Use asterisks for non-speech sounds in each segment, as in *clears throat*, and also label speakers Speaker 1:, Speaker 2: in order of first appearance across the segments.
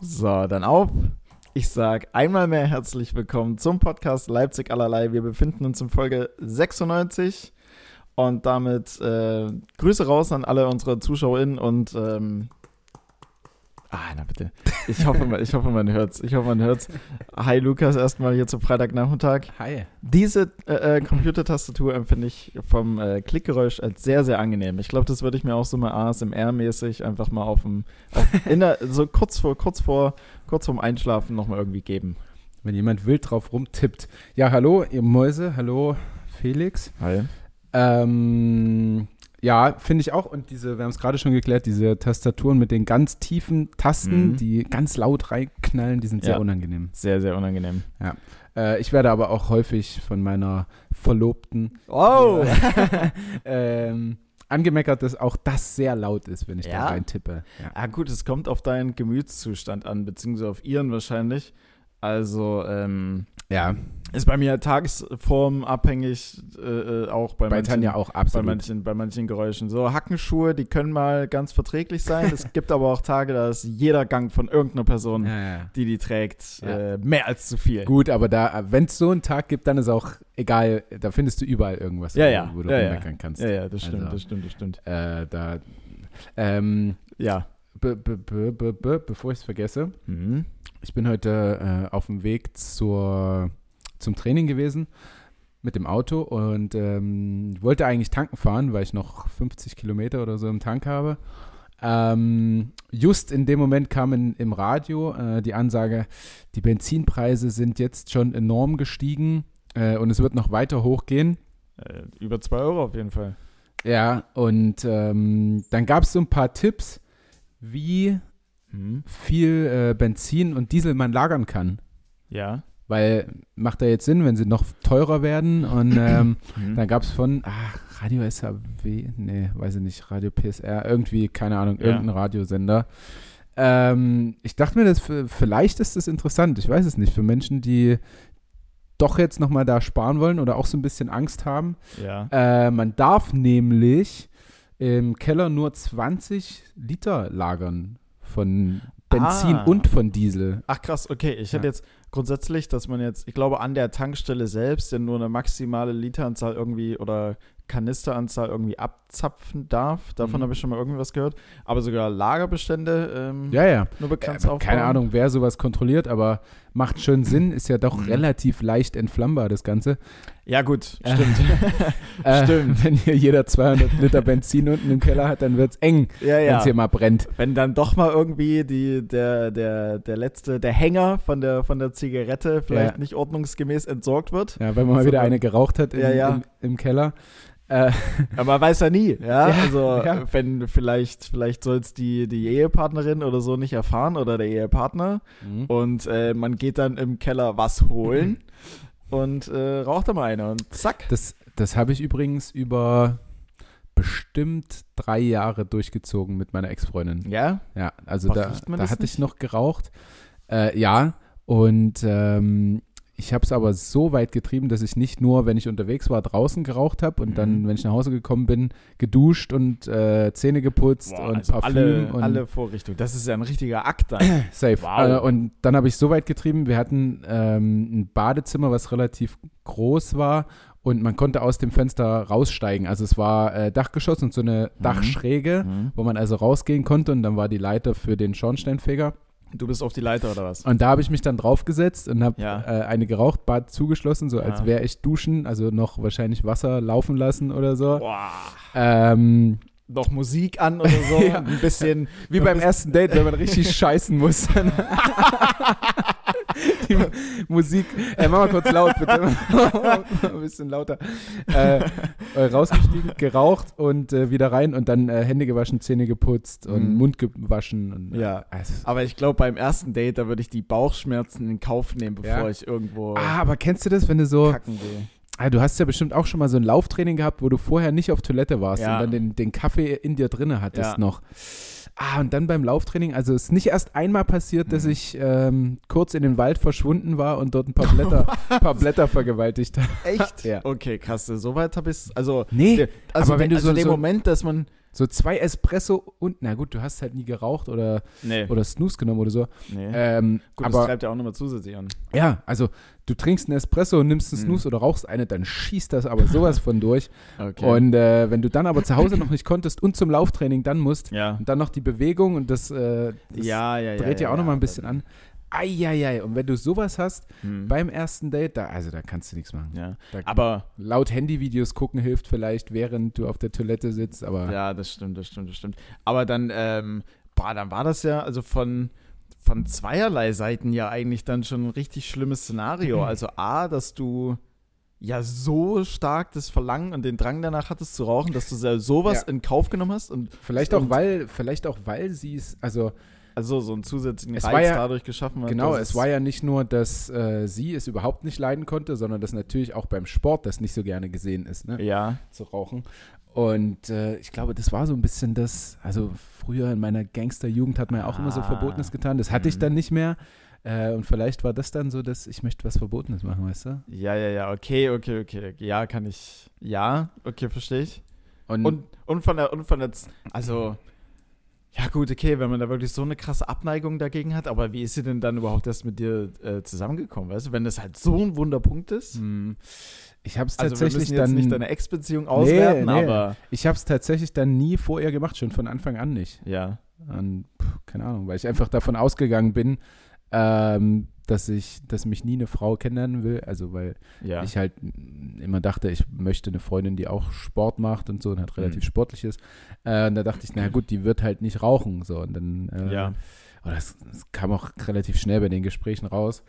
Speaker 1: So, dann auf. Ich sag einmal mehr herzlich willkommen zum Podcast Leipzig allerlei. Wir befinden uns in Folge 96 und damit äh, Grüße raus an alle unsere ZuschauerInnen und ähm, Ah, na bitte. Ich hoffe, man- ich hoffe, man hört's. Ich hoffe, man hört's. Hi Lukas, erstmal hier zum Freitagnachmittag.
Speaker 2: Hi.
Speaker 1: Diese äh, äh, Computertastatur empfinde ich vom äh, Klickgeräusch als sehr, sehr angenehm. Ich glaube, das würde ich mir auch so mal ASMR-mäßig einfach mal auf dem, auf, Äh, in der, so kurz vor, kurz vor, kurz vorm Einschlafen nochmal irgendwie geben.
Speaker 2: Wenn jemand wild drauf rumtippt. Ja, hallo, ihr Mäuse. Hallo, Felix.
Speaker 1: Hi.
Speaker 2: Ähm, ja, finde ich auch. Und diese, wir haben es gerade schon geklärt, diese Tastaturen mit den ganz tiefen Tasten,
Speaker 1: Mhm.
Speaker 2: die ganz laut reinknallen, die sind sehr
Speaker 1: Ja.
Speaker 2: unangenehm.
Speaker 1: Sehr, sehr unangenehm.
Speaker 2: Äh, ich werde aber auch häufig von meiner Verlobten
Speaker 1: Oh!
Speaker 2: *laughs* ähm, angemeckert, dass auch das sehr laut ist, wenn ich
Speaker 1: Ja.
Speaker 2: da rein tippe. Ja.
Speaker 1: Ah, gut, es kommt auf deinen Gemütszustand an, beziehungsweise auf ihren wahrscheinlich. Also, ähm,
Speaker 2: ja,
Speaker 1: ist bei mir Tagesform abhängig, äh, äh, auch bei,
Speaker 2: bei
Speaker 1: manchen-
Speaker 2: Tanja auch
Speaker 1: Bei
Speaker 2: absolut.
Speaker 1: manchen, bei manchen Geräuschen. So, Hackenschuhe, die können mal ganz verträglich sein. Es gibt aber auch Tage, da ist jeder Gang von irgendeiner Person,
Speaker 2: ja, ja.
Speaker 1: die die trägt,
Speaker 2: Ja.
Speaker 1: äh, mehr als zu viel.
Speaker 2: Gut, aber da, wenn es so einen Tag gibt, dann ist auch egal, da findest du überall irgendwas,
Speaker 1: Ja, ja,
Speaker 2: wo du
Speaker 1: ja, ja.
Speaker 2: rummeckern kannst.
Speaker 1: Ja, ja, das stimmt,
Speaker 2: Also.
Speaker 1: das stimmt, das stimmt.
Speaker 2: Äh, da, ähm,
Speaker 1: Ja.
Speaker 2: be, be, be, be, be, bevor ich es vergesse,
Speaker 1: Mhm.
Speaker 2: ich bin heute äh, auf dem Weg zur, zum Training gewesen mit dem Auto und ähm, wollte eigentlich tanken fahren, weil ich noch 50 Kilometer oder so im Tank habe. Ähm, just in dem Moment kam in, im Radio äh, die Ansage, die Benzinpreise sind jetzt schon enorm gestiegen äh, und es wird noch weiter hochgehen.
Speaker 1: Äh, über 2 Euro auf jeden Fall.
Speaker 2: Ja, und ähm, dann gab es so ein paar Tipps, wie
Speaker 1: Mhm.
Speaker 2: viel äh, Benzin und Diesel man lagern kann.
Speaker 1: Ja.
Speaker 2: Weil macht da jetzt Sinn, wenn sie noch teurer
Speaker 1: *clears throat*
Speaker 2: werden? Und ähm,
Speaker 1: Mhm.
Speaker 2: dann gab es von ach, Radio SAW, nee, weiß ich nicht, Radio PSR, irgendwie, keine Ahnung,
Speaker 1: Ja.
Speaker 2: irgendein Radiosender. Ähm, ich dachte mir, das, v- vielleicht ist das interessant, ich weiß es nicht, für Menschen, die doch jetzt nochmal da sparen wollen oder auch so ein bisschen Angst haben.
Speaker 1: Ja.
Speaker 2: Äh, man darf nämlich im Keller nur 20 Liter lagern von Benzin
Speaker 1: Ah.
Speaker 2: und von Diesel.
Speaker 1: Ach krass, okay. Ich hätte
Speaker 2: Ja.
Speaker 1: jetzt grundsätzlich, dass man jetzt, ich glaube, an der Tankstelle selbst ja nur eine maximale Literanzahl irgendwie oder Kanisteranzahl irgendwie abzapfen darf. Davon
Speaker 2: Mhm.
Speaker 1: habe ich schon mal irgendwas gehört. Aber sogar Lagerbestände ähm,
Speaker 2: Ja, ja.
Speaker 1: nur bekannt
Speaker 2: Ja,
Speaker 1: aufbauen.
Speaker 2: Äh, Keine Ahnung, wer sowas kontrolliert, aber macht schon Sinn, ist ja doch
Speaker 1: Mhm.
Speaker 2: relativ leicht entflammbar, das Ganze.
Speaker 1: Ja,
Speaker 2: *laughs*
Speaker 1: gut,
Speaker 2: Äh.
Speaker 1: stimmt. Stimmt.
Speaker 2: *laughs* Wenn hier jeder 200 Liter Benzin unten im Keller hat, dann wird's eng,
Speaker 1: ja,
Speaker 2: wenn's
Speaker 1: ja.
Speaker 2: hier mal brennt.
Speaker 1: Wenn dann doch mal irgendwie die, der, der, der letzte, der Hänger von der, von der Zigarette vielleicht
Speaker 2: Ja.
Speaker 1: nicht ordnungsgemäß entsorgt wird.
Speaker 2: Ja, wenn man mal
Speaker 1: So,
Speaker 2: wieder
Speaker 1: dann-
Speaker 2: eine geraucht hat im,
Speaker 1: Ja, ja.
Speaker 2: im, im Keller. Äh,
Speaker 1: Aber man weiß ja nie, ja.
Speaker 2: Ja,
Speaker 1: also
Speaker 2: ja.
Speaker 1: wenn vielleicht, vielleicht soll es die, die Ehepartnerin oder so nicht erfahren oder der Ehepartner. Und äh, man geht dann im Keller was *laughs* holen und äh, raucht da mal eine und zack.
Speaker 2: das das habe ich übrigens über bestimmt drei Jahre durchgezogen mit meiner Ex-Freundin.
Speaker 1: Ja,
Speaker 2: Ja, also
Speaker 1: Aber
Speaker 2: da,
Speaker 1: riecht man
Speaker 2: da
Speaker 1: das
Speaker 2: hatte
Speaker 1: nicht?
Speaker 2: ich noch geraucht. Äh, ja, und ähm, ich habe es aber so weit getrieben, dass ich nicht nur, wenn ich unterwegs war, draußen geraucht habe und dann,
Speaker 1: Mhm.
Speaker 2: wenn ich nach Hause gekommen bin, geduscht und äh, Zähne geputzt
Speaker 1: Boah,
Speaker 2: und
Speaker 1: also
Speaker 2: Parfüm
Speaker 1: alle,
Speaker 2: und
Speaker 1: alle Vorrichtungen. Das ist ja ein richtiger Akt dann.
Speaker 2: safe.
Speaker 1: Wow.
Speaker 2: Äh, und dann habe ich so weit getrieben, wir hatten ähm, ein Badezimmer, was relativ groß war und man konnte aus dem Fenster raussteigen. Also es war äh, Dachgeschoss und so eine
Speaker 1: Mhm.
Speaker 2: Dachschräge,
Speaker 1: Mhm.
Speaker 2: wo man also rausgehen konnte und dann war die Leiter für den Schornsteinfeger.
Speaker 1: *laughs* Du bist auf die Leiter oder was?
Speaker 2: Und da habe ich mich dann draufgesetzt und habe
Speaker 1: Ja.
Speaker 2: äh, eine geraucht, Bad zugeschlossen, so als
Speaker 1: Ja.
Speaker 2: wäre ich duschen, also noch wahrscheinlich Wasser laufen lassen oder so.
Speaker 1: Boah.
Speaker 2: Ähm,
Speaker 1: noch Musik an oder *laughs* so.
Speaker 2: Ja.
Speaker 1: Ein bisschen.
Speaker 2: wie beim ersten Date, wenn man *laughs* richtig scheißen muss. Dann Die Mu- Musik, äh, mach mal kurz laut, bitte. *laughs* Ein bisschen lauter. Äh, äh, rausgestiegen, geraucht und äh, wieder rein und dann äh, Hände gewaschen, Zähne geputzt und
Speaker 1: Mhm.
Speaker 2: Mund gewaschen. Und,
Speaker 1: Ja.
Speaker 2: Also,
Speaker 1: Aber ich glaube, beim ersten Date, da würde ich die Bauchschmerzen in Kauf nehmen, bevor
Speaker 2: Ja.
Speaker 1: ich irgendwo
Speaker 2: ah, aber kennst du das, wenn du so.
Speaker 1: kacken will.
Speaker 2: Ah, du hast ja bestimmt auch schon mal so ein Lauftraining gehabt, wo du vorher nicht auf Toilette warst
Speaker 1: Ja.
Speaker 2: und dann den, den Kaffee in dir drinne hattest
Speaker 1: Ja.
Speaker 2: noch. Ah, und dann beim Lauftraining, also es ist nicht erst einmal passiert, dass
Speaker 1: Mhm.
Speaker 2: ich ähm, kurz in den Wald verschwunden war und dort ein paar
Speaker 1: *laughs*
Speaker 2: Blätter, paar Blätter vergewaltigt habe.
Speaker 1: Echt?
Speaker 2: Ja.
Speaker 1: Okay, krass. So weit habe ich es. Also,
Speaker 2: Nee,
Speaker 1: der- also,
Speaker 2: aber wenn
Speaker 1: der-
Speaker 2: du so-
Speaker 1: also den
Speaker 2: so-
Speaker 1: Moment, dass man
Speaker 2: So zwei Espresso und, na gut, du hast halt nie geraucht oder,
Speaker 1: Nee,
Speaker 2: oder Snooze genommen oder so.
Speaker 1: nee.
Speaker 2: Ähm,
Speaker 1: Gut, das
Speaker 2: aber
Speaker 1: treibt ja auch nochmal zusätzlich an.
Speaker 2: ja, also du trinkst einen Espresso, nimmst einen
Speaker 1: Mhm.
Speaker 2: Snooze oder rauchst eine, dann schießt das aber sowas von durch.
Speaker 1: *laughs* Okay.
Speaker 2: Und äh, wenn du dann aber zu Hause noch nicht konntest und zum Lauftraining dann musst
Speaker 1: ja.
Speaker 2: und dann noch die Bewegung und das, äh, das
Speaker 1: ja, ja, ja.
Speaker 2: dreht ja,
Speaker 1: ja
Speaker 2: auch noch nochmal ein bisschen an. Eieiei, und wenn du sowas hast
Speaker 1: Hm.
Speaker 2: beim ersten Date, da, also da kannst du nichts machen.
Speaker 1: Ja.
Speaker 2: Da-
Speaker 1: Aber,
Speaker 2: Laut Handyvideos gucken hilft vielleicht, während du auf der Toilette sitzt, aber
Speaker 1: ja, das stimmt, das stimmt, das stimmt. Aber dann, ähm, boah, dann war das ja, also von, von zweierlei Seiten ja eigentlich dann schon ein richtig schlimmes *clears throat* Szenario. Also A, dass du ja so stark das Verlangen und den Drang danach hattest zu rauchen, dass du ja sowas
Speaker 2: Ja.
Speaker 1: in Kauf genommen hast und
Speaker 2: vielleicht auch,
Speaker 1: Und-
Speaker 2: weil, vielleicht auch, weil sie es, also
Speaker 1: also so einen zusätzlichen
Speaker 2: Es war
Speaker 1: Reiz
Speaker 2: ja-
Speaker 1: dadurch geschaffen hat.
Speaker 2: Genau,
Speaker 1: dass
Speaker 2: es war ja nicht nur, dass äh, sie es überhaupt nicht leiden konnte, sondern dass natürlich auch beim Sport das nicht so gerne gesehen ist, ne,
Speaker 1: Ja,
Speaker 2: zu rauchen. Und äh, ich glaube, das war so ein bisschen das, also früher in meiner Gangsterjugend hat man ja auch immer so
Speaker 1: Ah.
Speaker 2: Verbotenes getan, das hatte ich
Speaker 1: Mhm.
Speaker 2: dann nicht mehr. Äh, und vielleicht war das dann so, dass ich möchte was Verbotenes machen, weißt du?
Speaker 1: ja, ja, ja, okay, okay, okay. Ja, kann ich. Ja, okay, verstehe ich. Und, und von der, und von der, Z- also, ja gut, okay, wenn man da wirklich so eine krasse Abneigung dagegen hat, aber wie ist sie denn dann überhaupt erst mit dir äh, zusammengekommen, weißt du? Wenn das halt so ein Wunderpunkt ist.
Speaker 2: mh, ich habe es
Speaker 1: Also wir
Speaker 2: Hm. tatsächlich
Speaker 1: müssen jetzt nicht
Speaker 2: dann,
Speaker 1: deine Ex-Beziehung auswerten,
Speaker 2: nee.
Speaker 1: aber
Speaker 2: ich habe es tatsächlich dann nie vor ihr gemacht, schon von Anfang an nicht.
Speaker 1: ja.
Speaker 2: an, pf, keine Ahnung, weil ich einfach davon ausgegangen bin, ähm, dass ich, dass mich nie eine Frau kennenlernen will. Also weil
Speaker 1: Ja.
Speaker 2: ich halt mm, immer dachte, ich möchte eine Freundin, die auch Sport macht und so und halt relativ
Speaker 1: Mhm.
Speaker 2: sportlich ist. Äh, und da dachte ich, na gut, die wird halt nicht rauchen. So und dann, äh,
Speaker 1: ja.
Speaker 2: aber das, das kam auch relativ schnell bei den Gesprächen raus.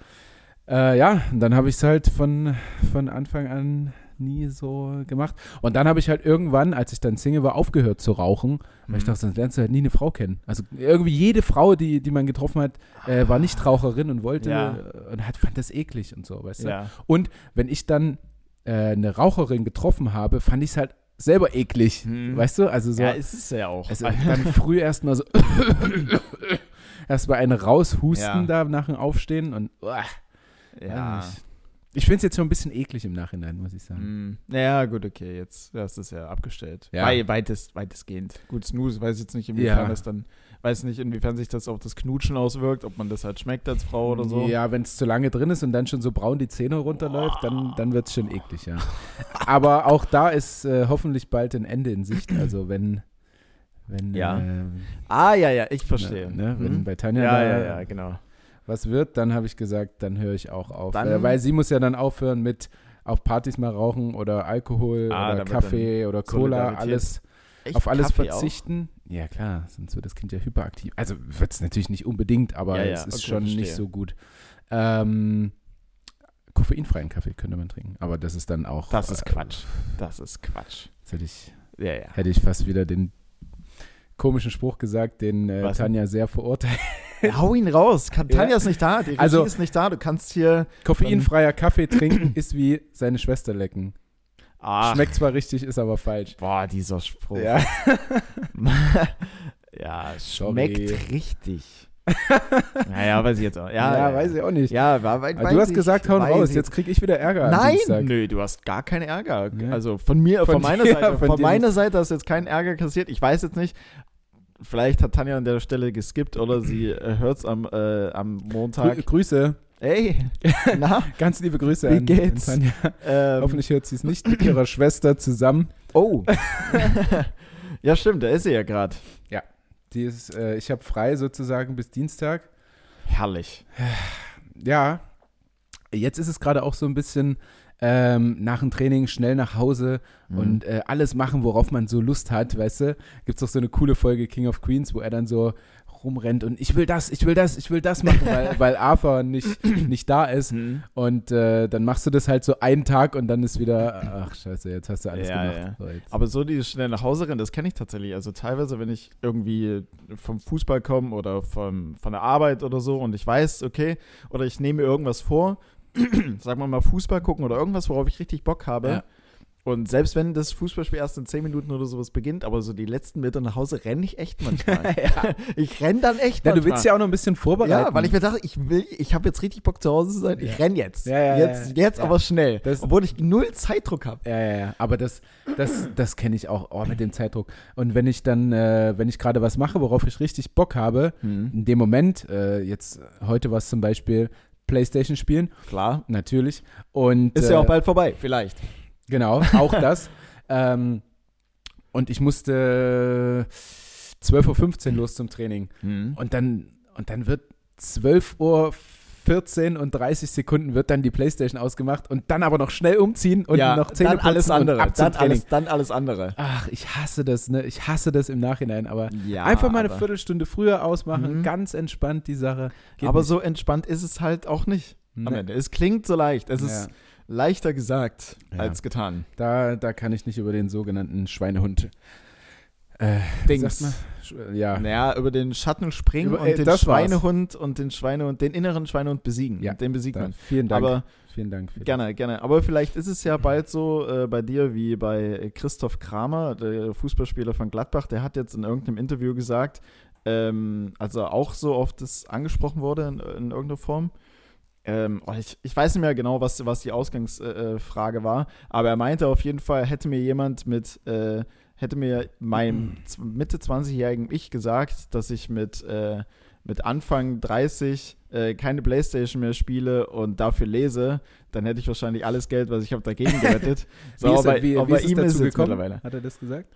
Speaker 2: Äh, ja, und dann habe ich es halt von, von Anfang an nie so gemacht. Und dann habe ich halt irgendwann, als ich dann Single war, aufgehört zu rauchen. Weil
Speaker 1: Mhm.
Speaker 2: ich dachte, sonst lernst du halt nie eine Frau kennen. Also irgendwie jede Frau, die, die man getroffen hat, äh, war Nichtraucherin und wollte
Speaker 1: Ja.
Speaker 2: äh, und hat, fand das eklig und so, weißt du?
Speaker 1: ja.
Speaker 2: Und wenn ich dann äh, eine Raucherin getroffen habe, fand ich es halt selber eklig.
Speaker 1: Hm.
Speaker 2: Weißt du? Also so
Speaker 1: ja, ist es ja auch.
Speaker 2: also dann früh erstmal so *laughs* erstmal eine
Speaker 1: Ja.
Speaker 2: raushusten da nach dem Aufstehen und uah,
Speaker 1: Ah,
Speaker 2: äh,
Speaker 1: ja.
Speaker 2: weiß nicht. ich finde es jetzt schon ein bisschen eklig im Nachhinein, muss ich sagen.
Speaker 1: Hm. Naja, gut, okay, jetzt hast du es ja abgestellt.
Speaker 2: Mhm. Ja.
Speaker 1: Wei- weitest, weitestgehend. Gut, Snooze, weiß jetzt nicht,
Speaker 2: Ja.
Speaker 1: inwiefern das dann, weiß nicht, inwiefern sich das auf das Knutschen auswirkt, ob man das halt schmeckt als Frau oder so.
Speaker 2: Ja, wenn es zu lange drin ist und dann schon so braun die Zähne runterläuft, dann, dann wird es schon eklig, ja. Aber auch da ist äh, hoffentlich bald ein Ende in Sicht. Also wenn, wenn,
Speaker 1: Ja.
Speaker 2: äh,
Speaker 1: Ah, ja, ja, ich verstehe.
Speaker 2: ne,
Speaker 1: Hm?
Speaker 2: wenn bei Tanja
Speaker 1: ja,
Speaker 2: da
Speaker 1: ja, ja, genau.
Speaker 2: was wird, dann habe ich gesagt, dann höre ich auch auf.
Speaker 1: Dann-
Speaker 2: Äh, weil sie muss ja dann aufhören mit auf Partys mal rauchen oder Alkohol
Speaker 1: Ah, dann
Speaker 2: oder
Speaker 1: wird
Speaker 2: Kaffee oder Cola,
Speaker 1: Solidarität.
Speaker 2: alles,
Speaker 1: Echt,
Speaker 2: auf alles
Speaker 1: Kaffee auch?
Speaker 2: verzichten. Ja klar, sonst wird das Kind ja hyperaktiv. Also wird es natürlich nicht unbedingt, aber
Speaker 1: Ja, ja,
Speaker 2: es ist
Speaker 1: okay,
Speaker 2: schon nicht
Speaker 1: verstehe.
Speaker 2: so gut. Ähm, koffeinfreien Kaffee könnte man trinken, aber das ist dann auch
Speaker 1: Das ist
Speaker 2: äh,
Speaker 1: Quatsch. Das ist Quatsch.
Speaker 2: Jetzt hätte ich,
Speaker 1: Ja, ja.
Speaker 2: hätte ich fast wieder den komischen Spruch gesagt, den äh,
Speaker 1: Was denn?
Speaker 2: Tanja sehr verurteilt.
Speaker 1: *laughs* Hau ihn raus. Kann, Tanja
Speaker 2: Ja.
Speaker 1: ist nicht da. Die Regie
Speaker 2: Also-
Speaker 1: ist nicht da. Du kannst hier.
Speaker 2: Koffeinfreier
Speaker 1: *clears throat*
Speaker 2: Kaffee trinken ist wie seine Schwester lecken.
Speaker 1: Ach,
Speaker 2: Schmeckt zwar richtig, ist aber falsch.
Speaker 1: ah, boah, dieser Spruch.
Speaker 2: Ja.
Speaker 1: *laughs* ja
Speaker 2: Sorry.
Speaker 1: schmeckt richtig. *laughs* Naja, weiß ich jetzt auch. Ja,
Speaker 2: ja, weiß ich auch nicht.
Speaker 1: Ja, war weit
Speaker 2: Aber du hast gesagt, hauen raus, jetzt krieg ich wieder Ärger am
Speaker 1: Nein,
Speaker 2: Dienstag.
Speaker 1: nö, du hast gar keinen Ärger.
Speaker 2: Nee.
Speaker 1: Also von mir,
Speaker 2: Von
Speaker 1: von, meiner
Speaker 2: dir,
Speaker 1: Seite,
Speaker 2: von
Speaker 1: von,
Speaker 2: dir
Speaker 1: meiner Seite hast du jetzt keinen Ärger kassiert. Ich weiß jetzt nicht. Vielleicht hat Tanja an der Stelle geskippt oder sie äh, hört's am, äh, am Montag.
Speaker 2: Grü Grüße, *laughs*
Speaker 1: Ey, na,
Speaker 2: ganz liebe Grüße
Speaker 1: Wie
Speaker 2: an
Speaker 1: geht's?
Speaker 2: an Tanja.
Speaker 1: ähm,
Speaker 2: Hoffentlich hört sie es nicht mit ihrer Schwester zusammen.
Speaker 1: Oh. *laughs* ja, stimmt, da ist sie ja gerade.
Speaker 2: Die ist, äh, ich habe frei sozusagen bis Dienstag.
Speaker 1: Herrlich.
Speaker 2: Ja, jetzt ist es gerade auch so ein bisschen ähm, nach dem Training schnell nach Hause
Speaker 1: Mhm.
Speaker 2: und äh, alles machen, worauf man so Lust hat, weißt du? Gibt es auch so eine coole Folge King of Queens, wo er dann so rumrennt und ich will das, ich will das, ich will das machen, weil,
Speaker 1: *laughs*
Speaker 2: weil Arthur nicht, nicht da ist.
Speaker 1: Mhm.
Speaker 2: Und äh, dann machst du das halt so einen Tag und dann ist wieder, ach scheiße, jetzt hast du alles
Speaker 1: Ja,
Speaker 2: gemacht. So, jetzt.
Speaker 1: Aber so dieses schnell nach Hause rennen, das kenne ich tatsächlich. Also teilweise, wenn ich irgendwie vom Fußball komme oder vom, von der Arbeit oder so und ich weiß, okay, oder *clears throat* ich nehme mir irgendwas vor, sagen wir mal Fußball gucken oder irgendwas, worauf ich richtig Bock habe.
Speaker 2: Ja.
Speaker 1: Und selbst wenn das Fußballspiel erst in 10 Minuten oder sowas beginnt, aber so die letzten Meter nach Hause renne ich echt manchmal.
Speaker 2: *laughs* Ja.
Speaker 1: Ich renne dann echt
Speaker 2: Ja, du
Speaker 1: manchmal.
Speaker 2: willst ja auch noch ein bisschen vorbereiten.
Speaker 1: Ja, weil ich mir dachte, ich will, ich habe jetzt richtig Bock zu Hause zu sein.
Speaker 2: Ja.
Speaker 1: Ich renn jetzt.
Speaker 2: Ja, ja,
Speaker 1: jetzt
Speaker 2: ja, ja.
Speaker 1: jetzt
Speaker 2: Ja.
Speaker 1: aber schnell.
Speaker 2: Das-
Speaker 1: obwohl ich null Zeitdruck habe.
Speaker 2: Ja, ja, ja. Aber das, das, das kenne ich auch oh, mit dem Zeitdruck. Und wenn ich dann, äh, wenn ich gerade was mache, worauf ich richtig Bock habe, in dem Moment, äh, jetzt heute was zum Beispiel Playstation spielen,
Speaker 1: Klar.
Speaker 2: natürlich. Und
Speaker 1: Ist
Speaker 2: äh,
Speaker 1: ja auch bald vorbei, vielleicht.
Speaker 2: Genau,
Speaker 1: *laughs*
Speaker 2: auch das. ähm, und ich musste 12.15 Uhr los zum Training.
Speaker 1: Hm.
Speaker 2: Und dann, und dann wird 12 Uhr 14 und 30 Sekunden wird dann die Playstation ausgemacht und dann aber noch schnell umziehen und
Speaker 1: ja,
Speaker 2: noch Zähne
Speaker 1: dann alles
Speaker 2: putzen und
Speaker 1: andere.
Speaker 2: ab zum
Speaker 1: Dann
Speaker 2: Training.
Speaker 1: alles, dann alles andere.
Speaker 2: Ach, ich hasse das, ne? Ich hasse das im Nachhinein, aber
Speaker 1: Ja,
Speaker 2: einfach mal eine
Speaker 1: aber-
Speaker 2: Viertelstunde früher ausmachen,
Speaker 1: Mhm.
Speaker 2: ganz entspannt die Sache. Geht
Speaker 1: Aber
Speaker 2: nicht.
Speaker 1: so entspannt ist es halt auch nicht. Am
Speaker 2: Ne.
Speaker 1: Ende. Es klingt so leicht. Es
Speaker 2: Ja.
Speaker 1: ist leichter gesagt
Speaker 2: Ja.
Speaker 1: als getan.
Speaker 2: Da, da kann ich nicht über den sogenannten Schweinehund. Äh, wie sagt man?
Speaker 1: Dings.
Speaker 2: Sch- äh, Ja,
Speaker 1: Naja, über den Schatten springen
Speaker 2: Über-
Speaker 1: und
Speaker 2: äh,
Speaker 1: den
Speaker 2: das war's.
Speaker 1: Schweinehund und den Schweinehund, den inneren Schweinehund besiegen.
Speaker 2: Ja,
Speaker 1: den besiegt
Speaker 2: da,
Speaker 1: man.
Speaker 2: vielen Dank.
Speaker 1: Aber
Speaker 2: vielen Dank. Felix.
Speaker 1: gerne, gerne. Aber vielleicht ist es ja bald so äh, bei dir wie bei Christoph Kramer, der Fußballspieler von Gladbach, der hat jetzt in irgendeinem Interview gesagt, ähm, also auch so oft das angesprochen wurde in, in irgendeiner Form. Ähm, oh, ich, ich weiß nicht mehr genau, was, was die Ausgangsfrage äh, Frage war, aber er meinte auf jeden Fall, hätte mir jemand mit, äh, hätte mir
Speaker 2: Mhm.
Speaker 1: meinem z- Mitte 20-jährigen Ich gesagt, dass ich mit, äh, mit Anfang 30 äh, keine Playstation mehr spiele und dafür lese, dann hätte ich wahrscheinlich alles Geld, was ich habe,
Speaker 2: *laughs*
Speaker 1: dagegen gerettet.
Speaker 2: Wie ist,
Speaker 1: aber
Speaker 2: er- wie,
Speaker 1: aber
Speaker 2: wie ist es
Speaker 1: ihm
Speaker 2: dazu
Speaker 1: ist es
Speaker 2: gekommen?
Speaker 1: mittlerweile.
Speaker 2: Hat er das gesagt?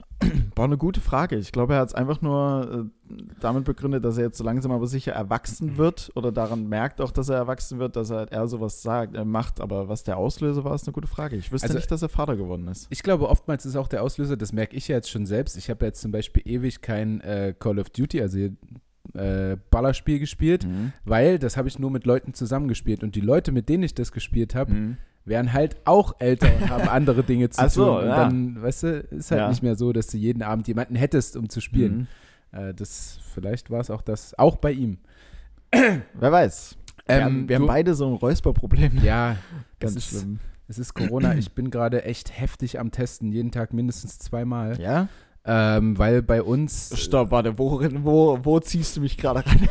Speaker 1: War eine gute Frage. Ich glaube, er hat es einfach nur äh, damit begründet, dass er jetzt so langsam aber sicher
Speaker 2: Mhm.
Speaker 1: erwachsen wird oder daran merkt auch, dass er erwachsen wird, dass er halt eher sowas sagt, äh, macht. Aber was der Auslöser war, ist eine gute Frage. Ich wüsste
Speaker 2: Also-
Speaker 1: nicht, dass er Vater geworden ist.
Speaker 2: Ich glaube, oftmals ist auch der Auslöser, das merke ich ja jetzt schon selbst. Ich habe jetzt zum Beispiel ewig kein äh, Call of Duty, also äh, Ballerspiel gespielt, weil das habe ich nur mit Leuten zusammengespielt. Und die Leute, mit denen ich das gespielt habe,
Speaker 1: Mhm.
Speaker 2: wären halt auch älter
Speaker 1: *laughs*
Speaker 2: und haben andere Dinge zu
Speaker 1: Hm. Ach so,
Speaker 2: tun. Und
Speaker 1: ja.
Speaker 2: dann, weißt du, ist halt
Speaker 1: Ja.
Speaker 2: nicht mehr so, dass du jeden Abend jemanden hättest, um zu spielen.
Speaker 1: Mhm.
Speaker 2: Äh, das, vielleicht war es auch das, auch bei ihm.
Speaker 1: Wer weiß. wir haben, wir haben
Speaker 2: du-
Speaker 1: beide so ein Räusperproblem.
Speaker 2: ja,
Speaker 1: *laughs* Ganz
Speaker 2: ist-
Speaker 1: *laughs* schlimm.
Speaker 2: es ist Corona. Ich bin gerade echt heftig am Testen, jeden Tag mindestens zweimal.
Speaker 1: Ja?
Speaker 2: Ähm, weil bei uns,
Speaker 1: Stopp, warte, worin, wo, wo ziehst du mich gerade *laughs* rein?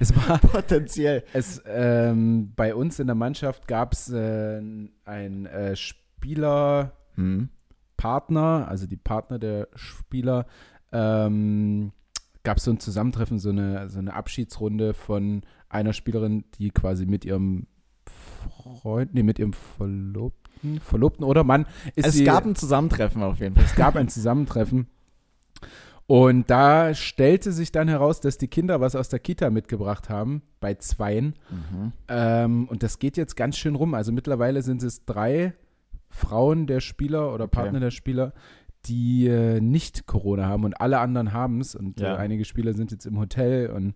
Speaker 2: es war,
Speaker 1: Potenziell.
Speaker 2: es, ähm, bei uns in der Mannschaft gab es äh, ein äh, Spieler,
Speaker 1: Hm.
Speaker 2: Partner, also die Partner der Spieler, ähm, gab es so ein Zusammentreffen, so eine, so eine Abschiedsrunde von einer Spielerin, die quasi mit ihrem Freund, nee, mit ihrem Verlobten, Verlobten oder Mann ist
Speaker 1: Es
Speaker 2: sie,
Speaker 1: gab ein Zusammentreffen auf jeden Fall.
Speaker 2: es gab ein Zusammentreffen. Und da stellte sich dann heraus, dass die Kinder was aus der Kita mitgebracht haben, bei zweien.
Speaker 1: Mhm.
Speaker 2: Ähm, und das geht jetzt ganz schön rum. Also mittlerweile sind es drei Frauen der Spieler oder
Speaker 1: Okay.
Speaker 2: Partner der Spieler, die äh, nicht Corona haben und alle anderen haben es. Und
Speaker 1: Ja.
Speaker 2: äh, einige Spieler sind jetzt im Hotel und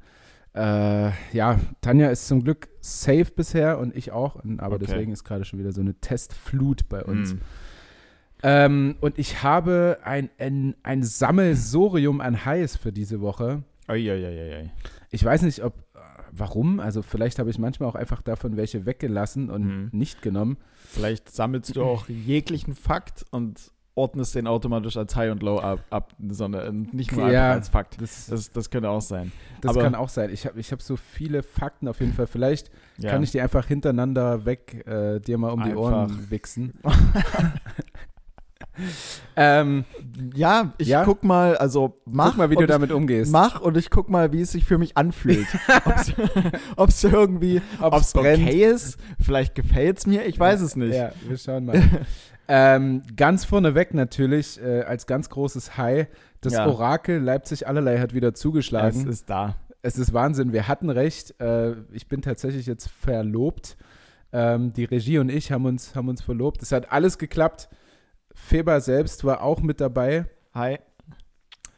Speaker 2: äh, ja, Tanja ist zum Glück safe bisher und ich auch. Und, aber
Speaker 1: Okay.
Speaker 2: deswegen ist gerade schon wieder so eine Testflut bei uns.
Speaker 1: Mhm.
Speaker 2: Ähm, und ich habe ein, ein, ein Sammelsorium an Highs für diese Woche.
Speaker 1: Eieieiei.
Speaker 2: Ich weiß nicht, ob äh, warum. Also vielleicht habe ich manchmal auch einfach davon welche weggelassen und
Speaker 1: Mhm.
Speaker 2: nicht genommen.
Speaker 1: Vielleicht sammelst du *laughs* auch jeglichen Fakt und ordnest den automatisch als High und Low ab, ab sondern nicht nur
Speaker 2: Ja.
Speaker 1: einfach als Fakt.
Speaker 2: Das,
Speaker 1: Das, das könnte auch sein.
Speaker 2: das
Speaker 1: aber-
Speaker 2: kann auch sein. Ich habe ich hab so viele Fakten auf jeden Fall. Vielleicht
Speaker 1: Ja.
Speaker 2: kann ich die einfach hintereinander weg äh, dir mal um die Ohren
Speaker 1: Einfach. *laughs*
Speaker 2: wichsen. *laughs* ähm,
Speaker 1: ja, ich
Speaker 2: Ja?
Speaker 1: guck mal, also mach
Speaker 2: guck mal, wie
Speaker 1: und
Speaker 2: du
Speaker 1: ich-
Speaker 2: damit umgehst.
Speaker 1: Mach und ich guck mal, wie es sich für mich
Speaker 2: *laughs*
Speaker 1: anfühlt. Ob es irgendwie,
Speaker 2: Ob's
Speaker 1: ob es
Speaker 2: brennt.
Speaker 1: okay ist, vielleicht gefällt es mir, ich weiß es nicht.
Speaker 2: Ja, wir schauen
Speaker 1: *laughs*
Speaker 2: mal. ähm, ganz vorneweg natürlich, äh, als ganz großes High, das
Speaker 1: Ja.
Speaker 2: Orakel Leipzig allerlei hat wieder zugeschlagen.
Speaker 1: Es ist da.
Speaker 2: es ist Wahnsinn, wir hatten recht. Äh, ich bin tatsächlich jetzt verlobt. Ähm, die Regie und ich haben uns, haben uns verlobt. Es hat alles geklappt. Feber selbst war auch mit dabei.
Speaker 1: Hi,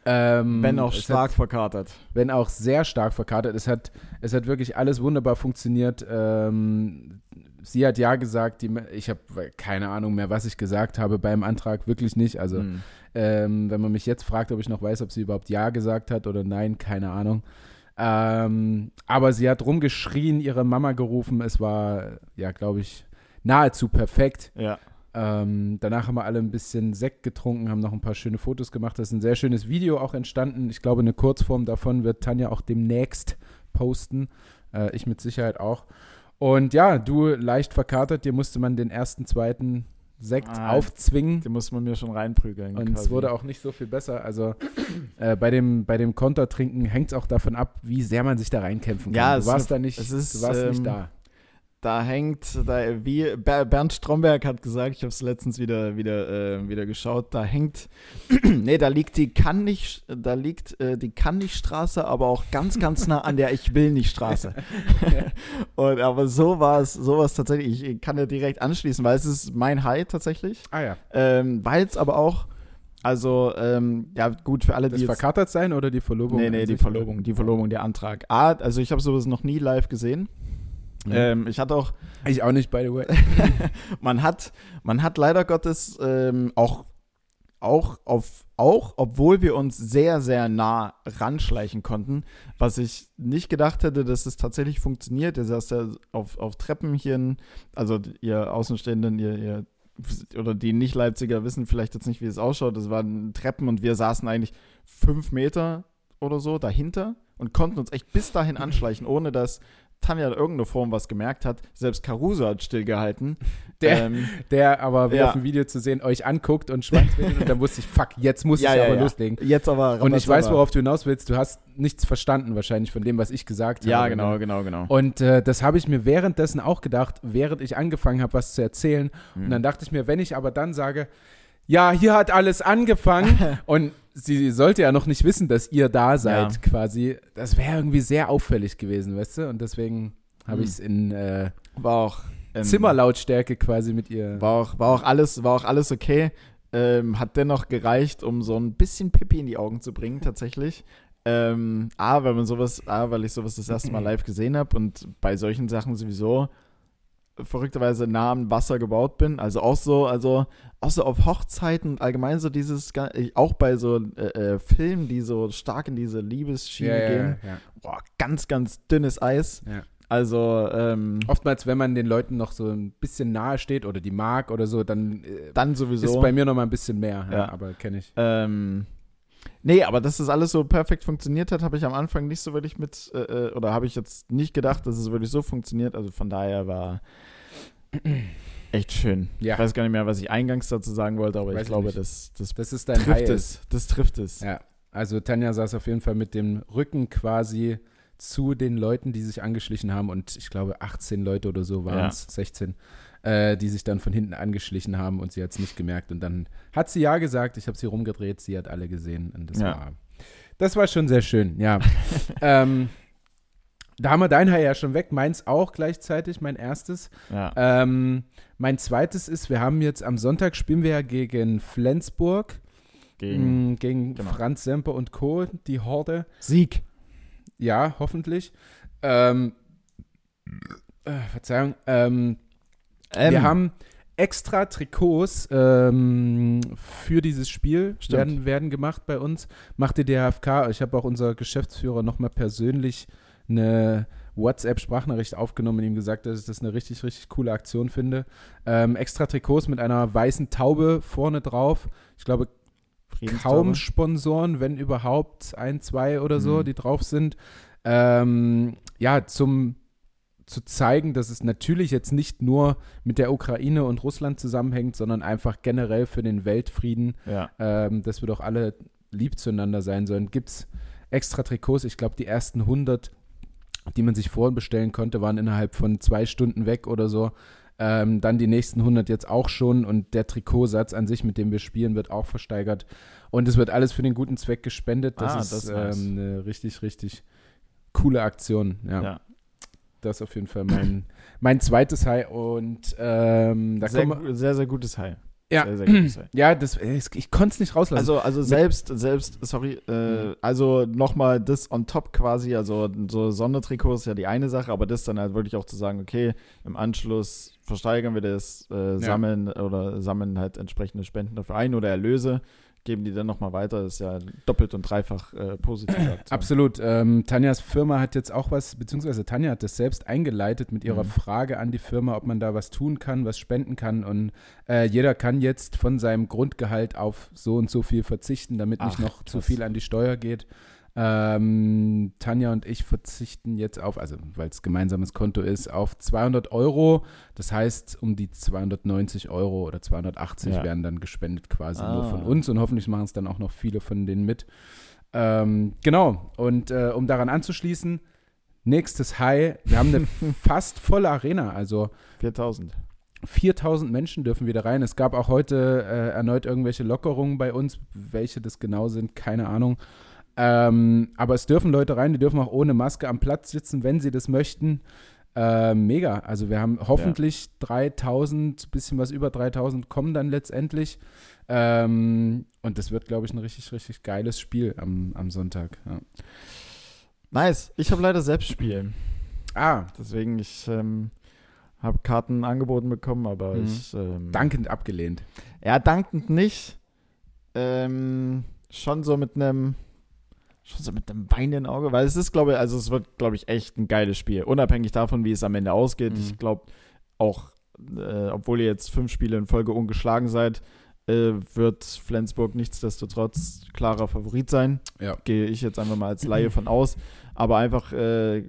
Speaker 2: Ähm,
Speaker 1: wenn auch
Speaker 2: es
Speaker 1: stark verkatert.
Speaker 2: Hat, wenn auch sehr stark verkatert. Es hat, es hat wirklich alles wunderbar funktioniert. Ähm, sie hat ja gesagt. Die, ich habe keine Ahnung mehr, was ich gesagt habe beim Antrag. Wirklich nicht. Also
Speaker 1: Mhm.
Speaker 2: ähm, wenn man mich jetzt fragt, ob ich noch weiß, ob sie überhaupt Ja gesagt hat oder Nein, keine Ahnung. Ähm, aber sie hat rumgeschrien, ihre Mama gerufen. Es war, ja, glaube ich, nahezu perfekt.
Speaker 1: Ja.
Speaker 2: Ähm, danach haben wir alle ein bisschen Sekt getrunken, haben noch ein paar schöne Fotos gemacht. Da ist ein sehr schönes Video auch entstanden. Ich glaube, eine Kurzform davon wird Tanja auch demnächst posten. Äh, ich mit Sicherheit auch. Und ja, du leicht verkatert, dir musste man den ersten, zweiten Sekt
Speaker 1: Ah,
Speaker 2: aufzwingen.
Speaker 1: Den muss man mir schon reinprügeln.
Speaker 2: Und es
Speaker 1: quasi.
Speaker 2: wurde auch nicht so viel besser. Also äh, bei dem, bei dem Kontertrinken hängt es auch davon ab, wie sehr man sich da reinkämpfen kann.
Speaker 1: Ja, es
Speaker 2: du
Speaker 1: ist
Speaker 2: warst
Speaker 1: eine-
Speaker 2: da nicht,
Speaker 1: es ist,
Speaker 2: du warst
Speaker 1: ähm,
Speaker 2: nicht da.
Speaker 1: Da hängt, da, wie Ber- Bernd Stromberg hat gesagt, ich habe es letztens wieder, wieder, äh, wieder geschaut, da hängt, *clears throat* nee, da liegt die kann nicht, da liegt äh, die kann nicht Straße, aber auch ganz, ganz nah an der ich will nicht
Speaker 2: *laughs*
Speaker 1: Straße. Und aber so war es, so war es tatsächlich. Ich kann da direkt anschließen, weil es ist mein High tatsächlich,
Speaker 2: Ah ja,
Speaker 1: ähm, weil es aber auch, also ähm, ja gut für alle,
Speaker 2: das
Speaker 1: die jetzt
Speaker 2: verkatert sein oder die Verlobung?
Speaker 1: Nee,
Speaker 2: an
Speaker 1: nee, die
Speaker 2: sich? ne?
Speaker 1: Verlobung, die Verlobung, der Antrag. Ah, also ich habe sowas noch nie live gesehen.
Speaker 2: Mhm.
Speaker 1: Ähm, ich hatte auch,
Speaker 2: Ich auch nicht, by
Speaker 1: *laughs*
Speaker 2: the way.
Speaker 1: man hat, man hat leider Gottes ähm, auch, auch, auf, auch, obwohl wir uns sehr, sehr nah ranschleichen konnten, was ich nicht gedacht hätte, dass es tatsächlich funktioniert. Ihr saßt ja auf, auf Treppen hier, in, also ihr Außenstehenden, ihr, ihr oder die Nicht-Leipziger wissen vielleicht jetzt nicht, wie es ausschaut. Es waren Treppen und wir saßen eigentlich fünf Meter oder so dahinter und konnten uns echt bis dahin anschleichen, ohne dass Tanja in irgendeiner Form was gemerkt hat. Selbst Caruso hat stillgehalten.
Speaker 2: Der-
Speaker 1: ähm,
Speaker 2: Der aber, wie
Speaker 1: Ja.
Speaker 2: auf dem Video zu sehen, euch anguckt
Speaker 1: *laughs*
Speaker 2: und schwankt und dann wusste ich, fuck, jetzt *laughs* muss
Speaker 1: Ja,
Speaker 2: ich
Speaker 1: ja,
Speaker 2: aber
Speaker 1: ja.
Speaker 2: loslegen.
Speaker 1: jetzt aber.
Speaker 2: Und ich
Speaker 1: Rambazamba.
Speaker 2: weiß, worauf du hinaus willst. Du hast nichts verstanden wahrscheinlich von dem, was ich gesagt
Speaker 1: Ja,
Speaker 2: habe.
Speaker 1: genau, genau, genau.
Speaker 2: Und äh, das habe ich mir währenddessen auch gedacht, während ich angefangen habe, was zu erzählen.
Speaker 1: Hm.
Speaker 2: Und dann dachte ich mir, wenn ich aber dann sage, ja, hier hat
Speaker 1: *laughs*
Speaker 2: alles angefangen und sie sollte ja noch nicht wissen, dass ihr da seid
Speaker 1: Ja.
Speaker 2: quasi, das wäre irgendwie sehr auffällig gewesen, weißt du? Und deswegen habe
Speaker 1: Mhm.
Speaker 2: ich es in äh,
Speaker 1: War auch. ähm,
Speaker 2: Zimmerlautstärke quasi mit ihr.
Speaker 1: War auch, war auch alles, war auch alles okay. Ähm, hat dennoch gereicht, um so ein bisschen Pippi in die Augen zu bringen, tatsächlich. Ähm, A, weil man sowas, A, weil ich sowas das erste
Speaker 2: Mhm.
Speaker 1: Mal live gesehen habe und bei solchen Sachen sowieso verrückterweise nah am Wasser gebaut bin. Also auch so, also auch so auf Hochzeiten und allgemein so dieses, ga- ich- auch bei so äh, äh, Filmen, die so stark in diese Liebesschiene
Speaker 2: ja, ja,
Speaker 1: gehen.
Speaker 2: ja, ja.
Speaker 1: Boah, ganz, ganz dünnes Eis.
Speaker 2: Ja.
Speaker 1: Also, ähm,
Speaker 2: Oftmals, wenn man den Leuten noch so ein bisschen nahe steht oder die mag oder so, dann äh,
Speaker 1: dann sowieso.
Speaker 2: ist bei mir noch mal ein bisschen mehr. Ja,
Speaker 1: Ja.
Speaker 2: aber kenne ich.
Speaker 1: Ähm, nee, aber dass das alles so perfekt funktioniert hat, habe ich am Anfang nicht so wirklich mit, äh, äh, oder habe ich jetzt nicht gedacht, dass es wirklich so funktioniert. Also von daher war
Speaker 2: *clears throat*
Speaker 1: echt schön.
Speaker 2: Ja.
Speaker 1: Ich weiß gar nicht mehr, was ich eingangs dazu sagen wollte, aber
Speaker 2: Weiß
Speaker 1: ich
Speaker 2: ich
Speaker 1: glaube,
Speaker 2: nicht.
Speaker 1: das, das
Speaker 2: Das ist dein High.
Speaker 1: trifft es. Das trifft es.
Speaker 2: Ja, also Tanja saß auf jeden Fall mit dem Rücken quasi zu den Leuten, die sich angeschlichen haben und ich glaube 18 Leute oder so waren es, 16, äh, die sich dann von hinten angeschlichen haben und sie hat es nicht gemerkt und dann hat sie ja gesagt, ich habe sie rumgedreht, sie hat alle gesehen und das
Speaker 1: Ja.
Speaker 2: war, das war schon sehr schön, ja. ähm, da haben wir dein Haar ja schon weg, meins auch gleichzeitig, mein erstes.
Speaker 1: Ja.
Speaker 2: Ähm, mein zweites ist, wir haben jetzt am Sonntag spielen wir ja gegen Flensburg.
Speaker 1: Gegen
Speaker 2: Mm, gegen
Speaker 1: Genau.
Speaker 2: Franz Semper und Co., die Horde.
Speaker 1: Sieg.
Speaker 2: Ja, hoffentlich. Ähm, äh, Verzeihung. Ähm,
Speaker 1: Ähm,
Speaker 2: wir haben extra Trikots ähm, für dieses Spiel
Speaker 1: Stimmt.
Speaker 2: werden, werden gemacht bei uns. Macht die DHFK. Ich habe auch unser Geschäftsführer nochmal persönlich eine WhatsApp-Sprachnachricht aufgenommen und ihm gesagt, dass ich das eine richtig, richtig coole Aktion finde. Ähm, extra Trikots mit einer weißen Taube vorne drauf. Ich glaube,
Speaker 1: Friedenstaube.
Speaker 2: kaum Sponsoren, wenn überhaupt ein, zwei oder so,
Speaker 1: Mhm.
Speaker 2: die drauf sind. Ähm, ja, zum zu zeigen, dass es natürlich jetzt nicht nur mit der Ukraine und Russland zusammenhängt, sondern einfach generell für den Weltfrieden,
Speaker 1: Ja.
Speaker 2: ähm, dass wir doch alle lieb zueinander sein sollen. Gibt es extra Trikots? Ich glaube, die ersten 100, die man sich vorhin bestellen konnte, waren innerhalb von zwei Stunden weg oder so. Ähm, dann die nächsten 100 jetzt auch schon und der Trikotsatz an sich, mit dem wir spielen, wird auch versteigert. Und es wird alles für den guten Zweck gespendet. Das
Speaker 1: Ah,
Speaker 2: ist
Speaker 1: das ist nice.
Speaker 2: ähm, eine richtig, richtig coole Aktion. Ja,
Speaker 1: Ja.
Speaker 2: das ist auf jeden Fall mein, mein zweites High. Und ähm, da
Speaker 1: Sehr,
Speaker 2: kommen wir,
Speaker 1: gu- sehr, sehr gutes High.
Speaker 2: Ja.
Speaker 1: Sehr, sehr gutes High.
Speaker 2: ja, das, ich konnte es nicht rauslassen.
Speaker 1: Also, also selbst, selbst, sorry, äh, also nochmal das on top quasi, also so Sondertrikot ist ja die eine Sache, aber das dann halt wirklich auch zu sagen, okay, im Anschluss versteigern wir das, äh, sammeln oder sammeln halt entsprechende Spenden dafür ein oder Erlöse geben die dann nochmal weiter. Ist ja doppelt und dreifach äh, positiv.
Speaker 2: Absolut. Ähm, Tanjas Firma hat jetzt auch was, beziehungsweise Tanja hat das selbst eingeleitet mit ihrer
Speaker 1: Mhm.
Speaker 2: Frage an die Firma, ob man da was tun kann, was spenden kann. Und äh, jeder kann jetzt von seinem Grundgehalt auf so und so viel verzichten, damit
Speaker 1: Ach,
Speaker 2: nicht noch zu
Speaker 1: krass.
Speaker 2: viel an die Steuer geht. Ähm, Tanja und ich verzichten jetzt auf, also weil es gemeinsames Konto ist, auf 200 Euro. Das heißt, um die 290 Euro oder 280
Speaker 1: Ja.
Speaker 2: werden dann gespendet quasi nur
Speaker 1: Ah.
Speaker 2: von uns und hoffentlich machen es dann auch noch viele von denen mit. Ähm, genau, und äh, um daran anzuschließen, nächstes High, wir haben eine fast volle Arena, also
Speaker 1: 4000.
Speaker 2: 4000 Menschen dürfen wieder rein. Es gab auch heute äh, erneut irgendwelche Lockerungen bei uns, welche das genau sind, keine Ahnung. Ähm, aber es dürfen Leute rein, die dürfen auch ohne Maske am Platz sitzen, wenn sie das möchten. Äh, mega. Also wir haben hoffentlich 3000, bisschen was über 3000 kommen dann letztendlich. Ähm, und das wird, glaube ich, ein richtig, richtig geiles Spiel am, am Sonntag. Ja.
Speaker 1: Nice. Ich habe leider selbst spielen.
Speaker 2: Ah,
Speaker 1: Deswegen, ich ähm, habe Karten angeboten bekommen, aber
Speaker 2: Mhm.
Speaker 1: ich. Ähm,
Speaker 2: dankend abgelehnt.
Speaker 1: Ja, dankend nicht. Ähm, schon so mit einem schon so mit einem weinenden Auge, weil es ist, glaube ich, also es wird, glaube ich, echt ein geiles Spiel. Unabhängig davon, wie es am Ende ausgeht.
Speaker 2: Mhm.
Speaker 1: Ich glaube auch, äh, obwohl ihr jetzt fünf Spiele in Folge ungeschlagen seid, äh, wird Flensburg nichtsdestotrotz klarer Favorit sein.
Speaker 2: Ja.
Speaker 1: Gehe ich jetzt einfach mal als Laie von aus. Aber einfach äh,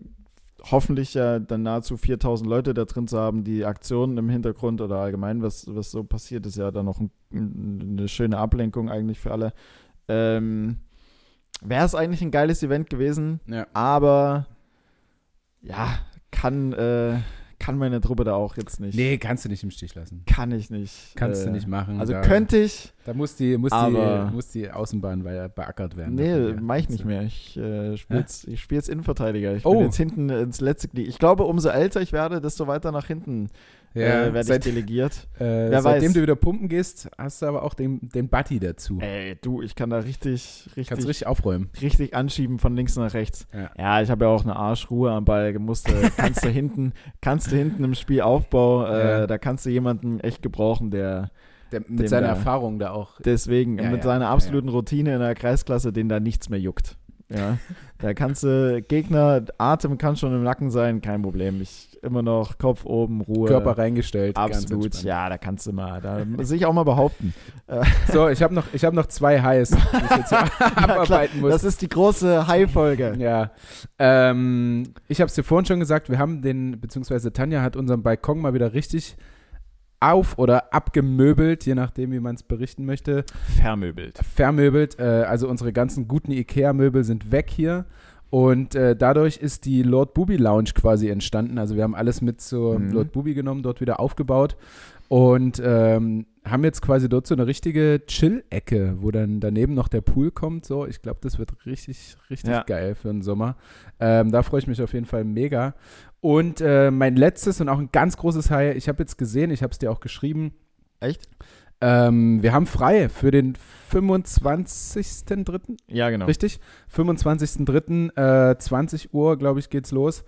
Speaker 1: hoffentlich ja dann nahezu 4000 Leute da drin zu haben, die Aktionen im Hintergrund oder allgemein, was, was so passiert, ist ja dann noch ein, eine schöne Ablenkung eigentlich für alle. Ähm, Wäre es eigentlich ein geiles Event gewesen,
Speaker 2: Ja.
Speaker 1: aber ja, kann, äh, kann meine Truppe da auch jetzt nicht.
Speaker 2: Nee, kannst du nicht im Stich lassen.
Speaker 1: Kann ich nicht.
Speaker 2: Kannst
Speaker 1: äh,
Speaker 2: du nicht machen.
Speaker 1: Also
Speaker 2: da-
Speaker 1: könnte ich,
Speaker 2: Da muss die, muss
Speaker 1: Aber-
Speaker 2: die, muss die Außenbahn weiter beackert werden.
Speaker 1: nee,
Speaker 2: Davon, ja.
Speaker 1: mache ich nicht mehr. Ich äh, spiele jetzt, ich spiel jetzt Innenverteidiger. Ich
Speaker 2: Oh.
Speaker 1: bin jetzt hinten ins letzte Glied. Ich glaube, umso älter ich werde, desto weiter nach hinten
Speaker 2: Ja,
Speaker 1: äh, werde ich
Speaker 2: seit, äh,
Speaker 1: delegiert. wer
Speaker 2: seitdem
Speaker 1: weiß.
Speaker 2: du wieder pumpen gehst, hast du aber auch den, den Buddy dazu.
Speaker 1: *laughs* Ey, du, ich kann da richtig,
Speaker 2: Kannst
Speaker 1: richtig, richtig,
Speaker 2: richtig aufräumen.
Speaker 1: anschieben von links nach rechts.
Speaker 2: Ja.
Speaker 1: Ja, ich habe ja auch eine Arschruhe am Ball gemusst. Äh,
Speaker 2: *laughs*
Speaker 1: Kannst du hinten, kannst du hinten im Spielaufbau, äh,
Speaker 2: Ja.
Speaker 1: da kannst du jemanden echt gebrauchen, der
Speaker 2: Der, mit
Speaker 1: Dem äh,
Speaker 2: seiner
Speaker 1: da-
Speaker 2: Erfahrung da auch.
Speaker 1: deswegen
Speaker 2: Ja,
Speaker 1: mit
Speaker 2: ja,
Speaker 1: seiner
Speaker 2: ja,
Speaker 1: absoluten Routine in der Kreisklasse, den da nichts mehr juckt. Ja, da kannst du Gegner, Atem kann schon im Nacken sein, kein Problem. Ich immer noch Kopf oben, Ruhe.
Speaker 2: Körper reingestellt. ganz
Speaker 1: Absolut,
Speaker 2: entspannt.
Speaker 1: ja, da kannst du mal, da sich auch mal behaupten.
Speaker 2: So, ich habe noch, ich hab noch zwei Highs, die ich
Speaker 1: *laughs*
Speaker 2: jetzt hier *laughs* abarbeiten muss.
Speaker 1: Das ist die große High-Folge.
Speaker 2: Ja, ähm, ich habe es dir vorhin schon gesagt, wir haben den, beziehungsweise Tanja hat unseren Balkon mal wieder richtig auf- oder abgemöbelt, je nachdem, wie man es berichten möchte.
Speaker 1: Vermöbelt.
Speaker 2: Vermöbelt, äh, also unsere ganzen guten Ikea-Möbel sind weg hier. Und äh, dadurch ist die Lord Booby Lounge quasi entstanden. Also wir haben alles mit zur
Speaker 1: Mhm.
Speaker 2: Lord Booby genommen, dort wieder aufgebaut und ähm, haben jetzt quasi dort so eine richtige Chill-Ecke, wo dann daneben noch der Pool kommt. So, ich glaube, das wird richtig, richtig
Speaker 1: Ja.
Speaker 2: geil für den Sommer. Ähm, da freue ich mich auf jeden Fall mega. Und äh, mein letztes und auch ein ganz großes High, ich habe jetzt gesehen, ich habe es dir auch geschrieben.
Speaker 1: Echt?
Speaker 2: Ähm, wir haben frei für den 25.3.
Speaker 1: Ja, genau.
Speaker 2: Richtig? 25.03. Äh, 20 Uhr, glaube ich, geht's los.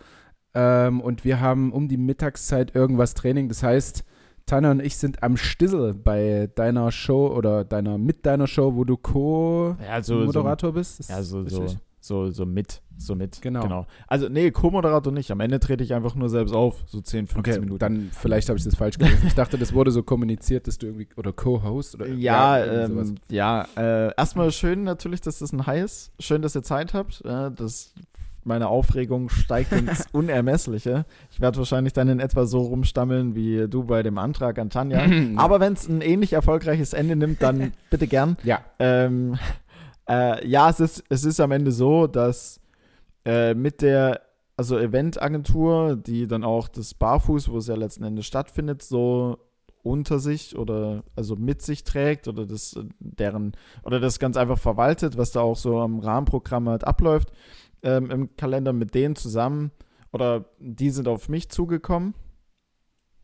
Speaker 2: Ähm, und wir haben um die Mittagszeit irgendwas Training. Das heißt, Tanja und ich sind am Stissel bei deiner Show oder deiner mit deiner Show, wo du Co-Moderator
Speaker 1: Ja, so, so,
Speaker 2: bist. Das
Speaker 1: ja, so,
Speaker 2: ist
Speaker 1: so,
Speaker 2: richtig.
Speaker 1: so, so mit. So mit.
Speaker 2: Genau.
Speaker 1: Also, nee, Co-Moderator nicht. Am Ende trete ich einfach nur selbst auf. So 10, 15
Speaker 2: Okay,
Speaker 1: Minuten.
Speaker 2: dann vielleicht habe ich das falsch gelesen. Ich dachte, das wurde so kommuniziert, dass du irgendwie oder Co-Host oder
Speaker 1: ja,
Speaker 2: irgendwie sowas.
Speaker 1: ähm, ja äh, erstmal schön natürlich, dass das ein heiß. Schön, dass ihr Zeit habt. Äh, das, meine Aufregung steigt *laughs* ins Unermessliche. Ich werde wahrscheinlich dann in etwa so rumstammeln wie du bei dem Antrag an Tanja. Aber wenn es ein ähnlich erfolgreiches Ende nimmt,
Speaker 2: *laughs*
Speaker 1: dann bitte gern.
Speaker 2: ja,
Speaker 1: Ähm, äh, ja, es ist, es ist am Ende so, dass äh, mit der also Eventagentur, die dann auch das Barfuß, wo es ja letzten Endes stattfindet, so unter sich oder also mit sich trägt oder das äh, deren oder das ganz einfach verwaltet, was da auch so am Rahmenprogramm halt abläuft ähm, im Kalender mit denen zusammen oder die sind auf mich zugekommen.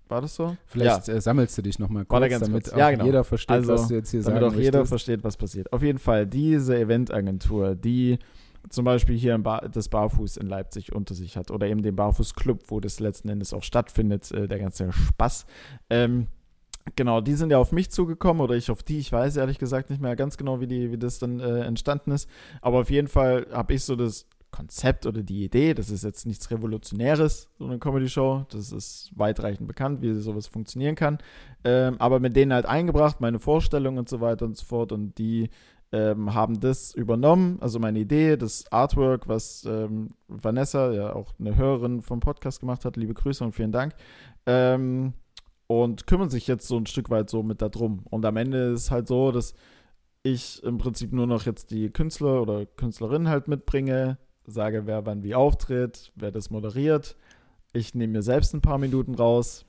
Speaker 1: War das so?
Speaker 2: vielleicht äh, sammelst du dich nochmal
Speaker 1: Warte
Speaker 2: kurz,
Speaker 1: ganz
Speaker 2: damit
Speaker 1: kurz.
Speaker 2: auch
Speaker 1: Ja, genau.
Speaker 2: jeder versteht,
Speaker 1: Also,
Speaker 2: was du jetzt hier
Speaker 1: damit
Speaker 2: sagen
Speaker 1: auch jeder
Speaker 2: möchtest.
Speaker 1: versteht, was passiert. Auf jeden Fall, diese Eventagentur, die zum Beispiel hier im ba das Barfuß in Leipzig unter sich hat oder eben den Barfußclub, wo das letzten Endes auch stattfindet, äh, der ganze Spaß, ähm, Genau, die sind ja auf mich zugekommen oder ich auf die. Ich weiß ehrlich gesagt nicht mehr ganz genau, wie, die, wie das dann äh, entstanden ist. Aber auf jeden Fall habe ich so das Konzept oder die Idee, das ist jetzt nichts Revolutionäres, so eine Comedy-Show. Das ist weitreichend bekannt, wie sowas funktionieren kann. Ähm, aber mit denen halt eingebracht, meine Vorstellungen und so weiter und so fort. Und die ähm, haben das übernommen, also meine Idee, das Artwork, was ähm, Vanessa, ja auch eine Hörerin vom Podcast gemacht hat. Liebe Grüße und vielen Dank. Ähm, und kümmern sich jetzt so ein Stück weit so mit da drum. Und am Ende ist halt so, dass ich im Prinzip nur noch jetzt die Künstler oder Künstlerin halt mitbringe, sage, wer wann wie auftritt, wer das moderiert. Ich nehme mir selbst ein paar Minuten raus.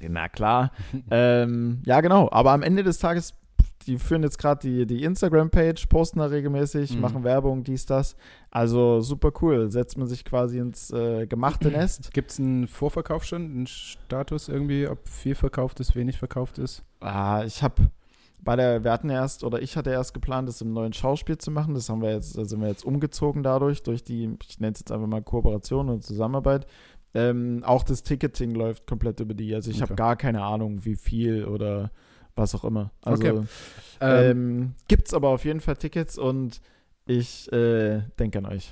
Speaker 1: Na klar. ähm, ja, genau. Aber am Ende des Tages, die führen jetzt gerade die, die Instagram-Page, posten da regelmäßig,
Speaker 2: Mhm.
Speaker 1: machen Werbung, dies, das. Also super cool. Setzt man sich quasi ins äh, gemachte Nest.
Speaker 2: Gibt es einen Vorverkauf schon, einen Status irgendwie, ob viel verkauft ist, wenig verkauft ist?
Speaker 1: Ah, ich habe bei der, wir hatten ja erst, oder ich hatte erst geplant, das im neuen Schauspiel zu machen. Das haben wir jetzt, da sind wir jetzt umgezogen dadurch, durch die, ich nenne es jetzt einfach mal Kooperation und Zusammenarbeit. Ähm, auch das Ticketing läuft komplett über die. Also ich habe
Speaker 2: Okay.
Speaker 1: gar keine Ahnung, wie viel oder was auch immer. Also
Speaker 2: Okay. Ähm,
Speaker 1: ähm, gibt es aber auf jeden Fall Tickets und ich äh, denke an euch.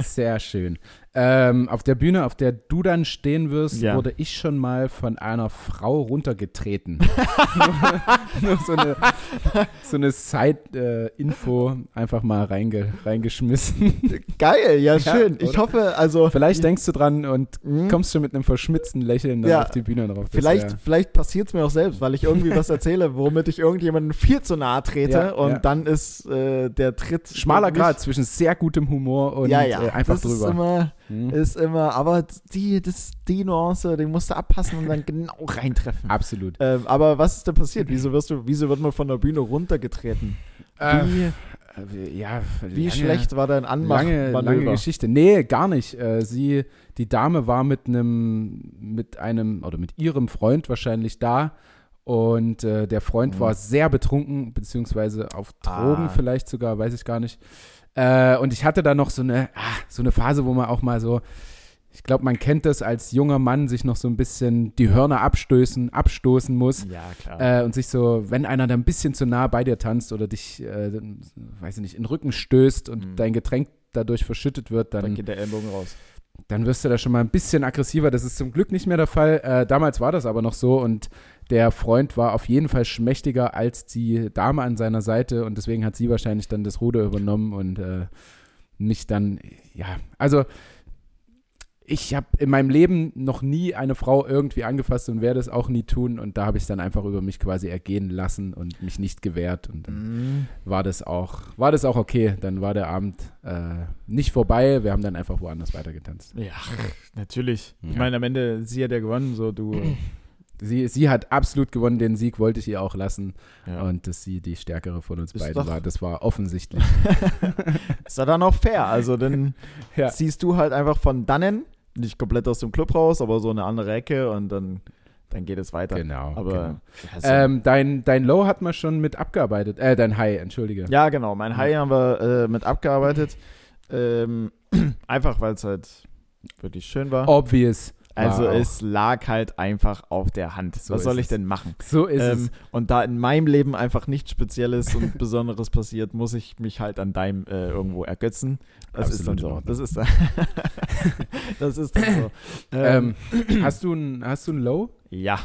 Speaker 2: *laughs* sehr schön. Ähm, auf der Bühne, auf der du dann stehen wirst,
Speaker 1: Ja.
Speaker 2: wurde ich schon mal von einer Frau *laughs* runtergetreten. Nur so eine, so eine Side-Info einfach mal reinge, reingeschmissen.
Speaker 1: Geil, ja,
Speaker 2: schön. Ich
Speaker 1: hoffe, also.
Speaker 2: *laughs* Vielleicht denkst du dran und kommst schon mit einem verschmitzten Lächeln dann
Speaker 1: Ja.
Speaker 2: auf die Bühne drauf. Das
Speaker 1: Vielleicht,
Speaker 2: wär-
Speaker 1: vielleicht passiert es mir auch selbst, weil ich irgendwie
Speaker 2: *laughs*
Speaker 1: was erzähle, womit ich irgendjemanden viel zu nahe trete
Speaker 2: Ja,
Speaker 1: und
Speaker 2: ja.
Speaker 1: dann ist äh, der Tritt.
Speaker 2: Schmaler
Speaker 1: für mich-
Speaker 2: Grad zwischen sehr gutem Humor und
Speaker 1: ja, ja.
Speaker 2: Äh, einfach
Speaker 1: das
Speaker 2: drüber.
Speaker 1: Ist immer,
Speaker 2: Hm?
Speaker 1: ist immer, aber die, das, die Nuance, die musst du abpassen und dann genau
Speaker 2: *laughs*
Speaker 1: reintreffen.
Speaker 2: Absolut.
Speaker 1: Ähm, aber was ist denn passiert? Wieso, wirst du, wieso wird man von der Bühne runtergetreten? Wie,
Speaker 2: Äh, ja,
Speaker 1: wie
Speaker 2: lange-
Speaker 1: schlecht war dein
Speaker 2: Lange, lange
Speaker 1: Anmachmanöver?
Speaker 2: Geschichte. Nee, gar nicht. Äh, sie, die Dame war mit einem, mit einem oder mit ihrem Freund wahrscheinlich da und äh, der Freund
Speaker 1: Mhm.
Speaker 2: war sehr betrunken, beziehungsweise auf Drogen
Speaker 1: Ah.
Speaker 2: vielleicht sogar, weiß ich gar nicht. Äh, und ich hatte da noch so eine, ah, so eine Phase, wo man auch mal so, ich glaube, man kennt das als junger Mann, sich noch so ein bisschen die Hörner abstößen, abstoßen muss.
Speaker 1: ja, klar.
Speaker 2: Äh, und sich so, wenn einer da ein bisschen zu nah bei dir tanzt oder dich, äh, weiß ich nicht, in den Rücken stößt und
Speaker 1: Mhm.
Speaker 2: dein Getränk dadurch verschüttet wird,
Speaker 1: dann
Speaker 2: dann,
Speaker 1: geht der Ellbogen raus.
Speaker 2: dann wirst du da schon mal ein bisschen aggressiver. Das ist zum Glück nicht mehr der Fall. Äh, damals war das aber noch so und der Freund war auf jeden Fall schmächtiger als die Dame an seiner Seite und deswegen hat sie wahrscheinlich dann das Ruder übernommen und äh, mich dann, ja, also ich habe in meinem Leben noch nie eine Frau irgendwie angefasst und werde es auch nie tun und da habe ich es dann einfach über mich quasi ergehen lassen und mich nicht gewehrt und
Speaker 1: Mhm.
Speaker 2: dann war das auch, war das auch okay. Dann war der Abend äh, nicht vorbei, wir haben dann einfach woanders weitergetanzt.
Speaker 1: Ja, natürlich. Ich
Speaker 2: Ja.
Speaker 1: meine, am Ende, sie hat ja gewonnen, so
Speaker 2: *clears throat*
Speaker 1: du.
Speaker 2: Sie, sie hat absolut gewonnen, den Sieg wollte ich ihr auch lassen.
Speaker 1: Ja.
Speaker 2: Und dass sie die stärkere von uns
Speaker 1: Ist
Speaker 2: beiden
Speaker 1: doch-
Speaker 2: war, das war
Speaker 1: *laughs*
Speaker 2: offensichtlich.
Speaker 1: Ist ja dann auch fair. Also dann
Speaker 2: *laughs* Ja.
Speaker 1: ziehst du halt einfach von dannen, nicht komplett aus dem Club raus, aber so eine andere Ecke und dann, dann geht es weiter.
Speaker 2: genau.
Speaker 1: Aber ja, so-
Speaker 2: genau. Ähm, dein, dein Low hat man schon mit abgearbeitet. Äh, dein High, entschuldige.
Speaker 1: ja, genau. Mein High haben wir äh, mit abgearbeitet. Ähm, *clears throat* einfach, weil es halt wirklich schön
Speaker 2: Oh,
Speaker 1: war.
Speaker 2: Obvious.
Speaker 1: also
Speaker 2: war auch.
Speaker 1: es lag halt einfach auf der Hand.
Speaker 2: So
Speaker 1: Was
Speaker 2: ist
Speaker 1: soll ich
Speaker 2: es.
Speaker 1: denn machen?
Speaker 2: So ist
Speaker 1: Ähm, und da in meinem Leben einfach nichts Spezielles
Speaker 2: *laughs*
Speaker 1: und Besonderes passiert, muss ich mich halt an deinem äh, irgendwo ergötzen. Das ist dann
Speaker 2: Absolut in
Speaker 1: so.
Speaker 2: Ordnung.
Speaker 1: Das ist dann, *laughs* das ist dann
Speaker 2: *laughs*
Speaker 1: so.
Speaker 2: es. Ähm, *clears throat* hast, du ein, hast du ein Low?
Speaker 1: Ja.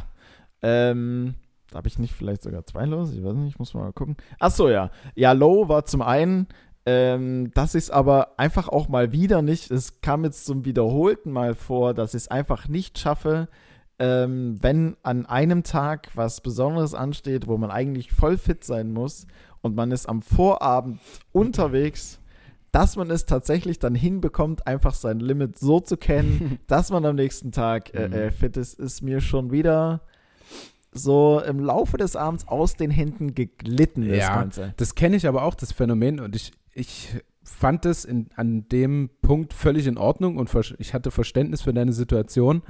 Speaker 1: Ähm, habe ich nicht vielleicht sogar zwei Lows? Ich weiß nicht, ich muss mal gucken. Ach so, ja. Ja, Low war zum einen, ähm, dass ich es aber einfach auch mal wieder nicht, es kam jetzt zum wiederholten Mal vor, dass ich es einfach nicht schaffe, ähm, wenn an einem Tag was Besonderes ansteht, wo man eigentlich voll fit sein muss und man ist am Vorabend unterwegs, dass man es tatsächlich dann hinbekommt, einfach sein Limit so zu kennen, dass man am nächsten Tag
Speaker 2: Mhm.
Speaker 1: äh, äh, fit ist, ist mir schon wieder so im Laufe des Abends aus den Händen geglitten, das
Speaker 2: Ja.
Speaker 1: Ganze.
Speaker 2: Das kenne ich aber auch, das Phänomen. Und ich, ich fand es in, an dem Punkt völlig in Ordnung und ver- ich hatte Verständnis für deine Situation.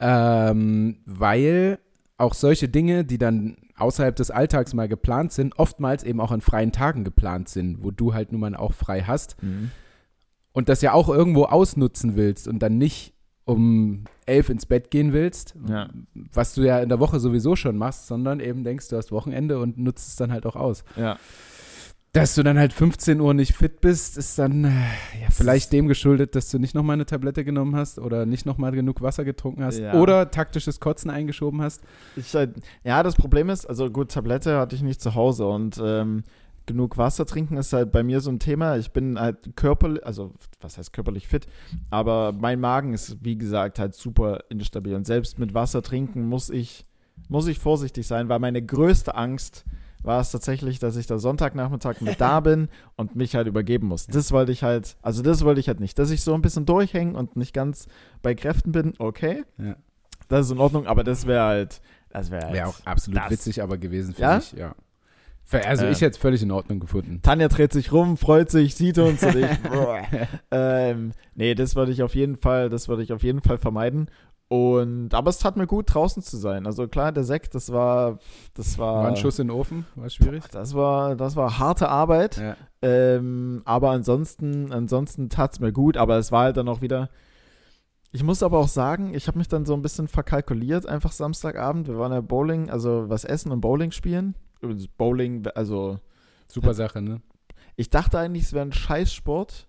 Speaker 2: Ähm, weil auch solche Dinge, die dann außerhalb des Alltags mal geplant sind, oftmals eben auch an freien Tagen geplant sind, wo du halt nun mal auch frei hast
Speaker 1: Mhm.
Speaker 2: und das ja auch irgendwo ausnutzen willst und dann nicht um elf ins Bett gehen willst,
Speaker 1: Ja.
Speaker 2: was du ja in der Woche sowieso schon machst, sondern eben denkst, du hast Wochenende und nutzt es dann halt auch aus.
Speaker 1: Ja.
Speaker 2: Dass du dann halt 15 Uhr nicht fit bist, ist dann äh, ja, vielleicht dem geschuldet, dass du nicht nochmal eine Tablette genommen hast oder nicht nochmal genug Wasser getrunken hast
Speaker 1: Ja.
Speaker 2: oder taktisches Kotzen eingeschoben hast.
Speaker 1: Ich, äh, ja, das Problem ist, also gut, Tablette hatte ich nicht zu Hause und ähm, genug Wasser trinken ist halt bei mir so ein Thema. Ich bin halt körperlich, also was heißt körperlich fit, aber mein Magen ist, wie gesagt, halt super instabil. Und selbst mit Wasser trinken muss ich, muss ich vorsichtig sein, weil meine größte Angst war es tatsächlich, dass ich da Sonntagnachmittag mit
Speaker 2: *laughs*
Speaker 1: da bin und mich halt übergeben muss. Das wollte ich halt, also das wollte ich halt nicht. Dass ich so ein bisschen durchhänge und nicht ganz bei Kräften bin, okay.
Speaker 2: Ja.
Speaker 1: Das ist in Ordnung, aber das wäre halt, das wäre halt.
Speaker 2: Wäre auch absolut
Speaker 1: das-
Speaker 2: witzig aber gewesen für
Speaker 1: Ja?
Speaker 2: mich, ja. Also
Speaker 1: Äh.
Speaker 2: ich hätte es völlig in Ordnung gefunden.
Speaker 1: Tanja dreht sich rum, freut sich, sieht uns und ich. boah. ähm, nee, das würde ich auf jeden Fall, das würde ich auf jeden Fall vermeiden. Und aber es tat mir gut, draußen zu sein. Also klar, der Sekt, das war, das war.
Speaker 2: War ein Schuss in den Ofen, war schwierig.
Speaker 1: Das war, das war harte Arbeit.
Speaker 2: Ja.
Speaker 1: Ähm, aber ansonsten, ansonsten tat es mir gut, aber es war halt dann auch wieder. Ich muss aber auch sagen, ich habe mich dann so ein bisschen verkalkuliert, einfach Samstagabend. Wir waren ja Bowling, also was essen und Bowling spielen. Übrigens, Bowling, also
Speaker 2: Super Sache, ne?
Speaker 1: ich dachte eigentlich, es wäre ein Scheißsport,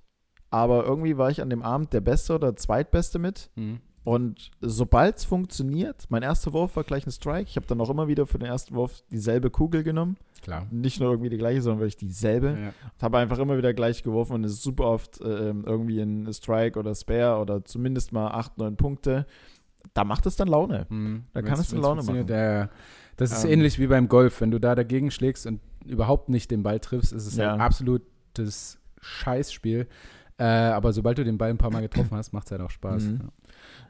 Speaker 1: aber irgendwie war ich an dem Abend der Beste oder Zweitbeste mit.
Speaker 2: Mhm.
Speaker 1: Und sobald es funktioniert, mein erster Wurf war gleich ein Strike. Ich habe dann auch immer wieder für den ersten Wurf dieselbe Kugel genommen.
Speaker 2: Klar.
Speaker 1: Nicht nur irgendwie die gleiche, sondern wirklich dieselbe.
Speaker 2: Ja.
Speaker 1: Habe einfach immer wieder gleich geworfen und es ist super oft äh, irgendwie ein Strike oder Spare oder zumindest mal 8, 9 Punkte. Da macht es dann Laune.
Speaker 2: Mhm.
Speaker 1: Da
Speaker 2: Wenn's-
Speaker 1: kann es eine
Speaker 2: wenn's
Speaker 1: Laune
Speaker 2: funktioniert,
Speaker 1: machen.
Speaker 2: Ja, ja. Das ist
Speaker 1: Ähm.
Speaker 2: ähnlich wie beim Golf. Wenn du da dagegen schlägst und überhaupt nicht den Ball triffst, ist es
Speaker 1: Ja.
Speaker 2: ein absolutes Scheißspiel. Äh, aber sobald du den Ball ein paar Mal getroffen hast, macht es halt auch Spaß.
Speaker 1: Mhm.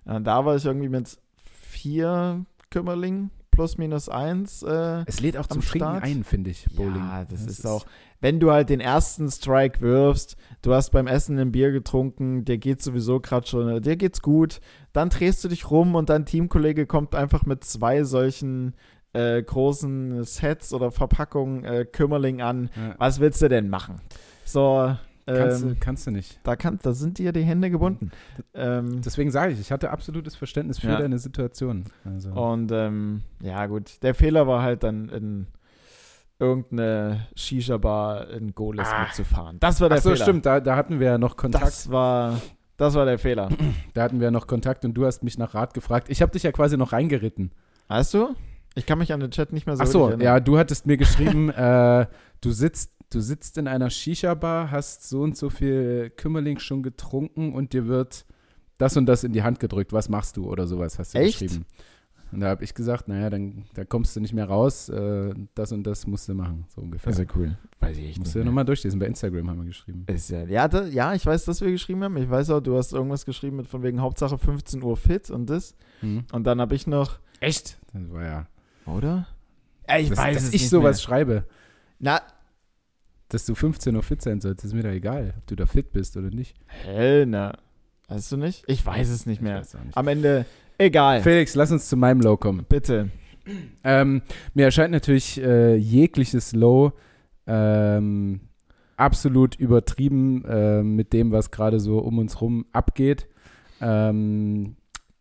Speaker 1: Ja, da war ich irgendwie mit vier Kümmerlingen plus minus eins. Äh,
Speaker 2: Es lädt auch
Speaker 1: Am
Speaker 2: zum Trinken
Speaker 1: Start?
Speaker 2: ein, finde ich, Bowling.
Speaker 1: Ja, das, ist, auch, wenn du halt den ersten Strike wirfst, du hast beim Essen ein Bier getrunken, dir geht sowieso gerade schon, dir geht's gut, dann drehst du dich rum und dein Teamkollege kommt einfach mit zwei solchen äh, großen Sets oder Verpackungen äh, Kümmerling an.
Speaker 2: Ja.
Speaker 1: Was willst du denn machen? So,
Speaker 2: Kannst, du,
Speaker 1: ähm,
Speaker 2: kannst du nicht.
Speaker 1: da, kann, da sind dir die Hände gebunden. Ähm,
Speaker 2: Deswegen sage ich, ich hatte absolutes Verständnis für
Speaker 1: Ja.
Speaker 2: deine Situation. Also,
Speaker 1: Und ähm, ja, gut, der Fehler war halt dann in irgendeine Shisha-Bar in Goles
Speaker 2: Ah.
Speaker 1: mitzufahren. Das war der
Speaker 2: Ach so,
Speaker 1: Fehler.
Speaker 2: stimmt, da, da hatten wir ja noch Kontakt.
Speaker 1: Das war, das war der Fehler.
Speaker 2: Da hatten wir ja noch Kontakt und du hast mich nach Rat gefragt. Ich habe dich ja quasi noch reingeritten.
Speaker 1: Weißt du? Ich kann mich an den Chat nicht mehr so
Speaker 2: Ach so,
Speaker 1: richtig
Speaker 2: ja,
Speaker 1: erinnern.
Speaker 2: du hattest mir geschrieben, *laughs* äh, du sitzt, du sitzt in einer Shisha-Bar, hast so und so viel Kümmerling schon getrunken und dir wird das und das in die Hand gedrückt. Was machst du oder sowas hast du
Speaker 1: Echt?
Speaker 2: geschrieben? Und da habe ich gesagt, naja, dann da kommst du nicht mehr raus. Äh, das und das musst du machen, so ungefähr.
Speaker 1: ja cool. Weiß ich
Speaker 2: musst du ja nochmal durchlesen. Bei Instagram haben wir geschrieben.
Speaker 1: Ist ja, ja, da, ja, ich weiß, dass wir geschrieben haben. Ich weiß auch, du hast irgendwas geschrieben mit von wegen Hauptsache 15 Uhr fit und das.
Speaker 2: Mhm.
Speaker 1: Und dann habe ich noch.
Speaker 2: Echt? Das war ja.
Speaker 1: Oder? Ja, ich
Speaker 2: dass,
Speaker 1: weiß
Speaker 2: dass
Speaker 1: es
Speaker 2: ich
Speaker 1: nicht
Speaker 2: sowas
Speaker 1: Mehr.
Speaker 2: schreibe,
Speaker 1: Na,
Speaker 2: dass du 15 Uhr fit sein sollst, ist mir da egal, ob du da fit bist oder nicht.
Speaker 1: hell, na. Weißt du nicht? Ich weiß es nicht mehr. Äh.
Speaker 2: Ich weiß auch nicht.
Speaker 1: Am Ende, egal.
Speaker 2: Felix, lass uns zu meinem Low kommen.
Speaker 1: Bitte.
Speaker 2: Ähm, mir erscheint natürlich äh, jegliches Low ähm, absolut übertrieben äh, mit dem, was gerade so um uns rum abgeht. Ähm,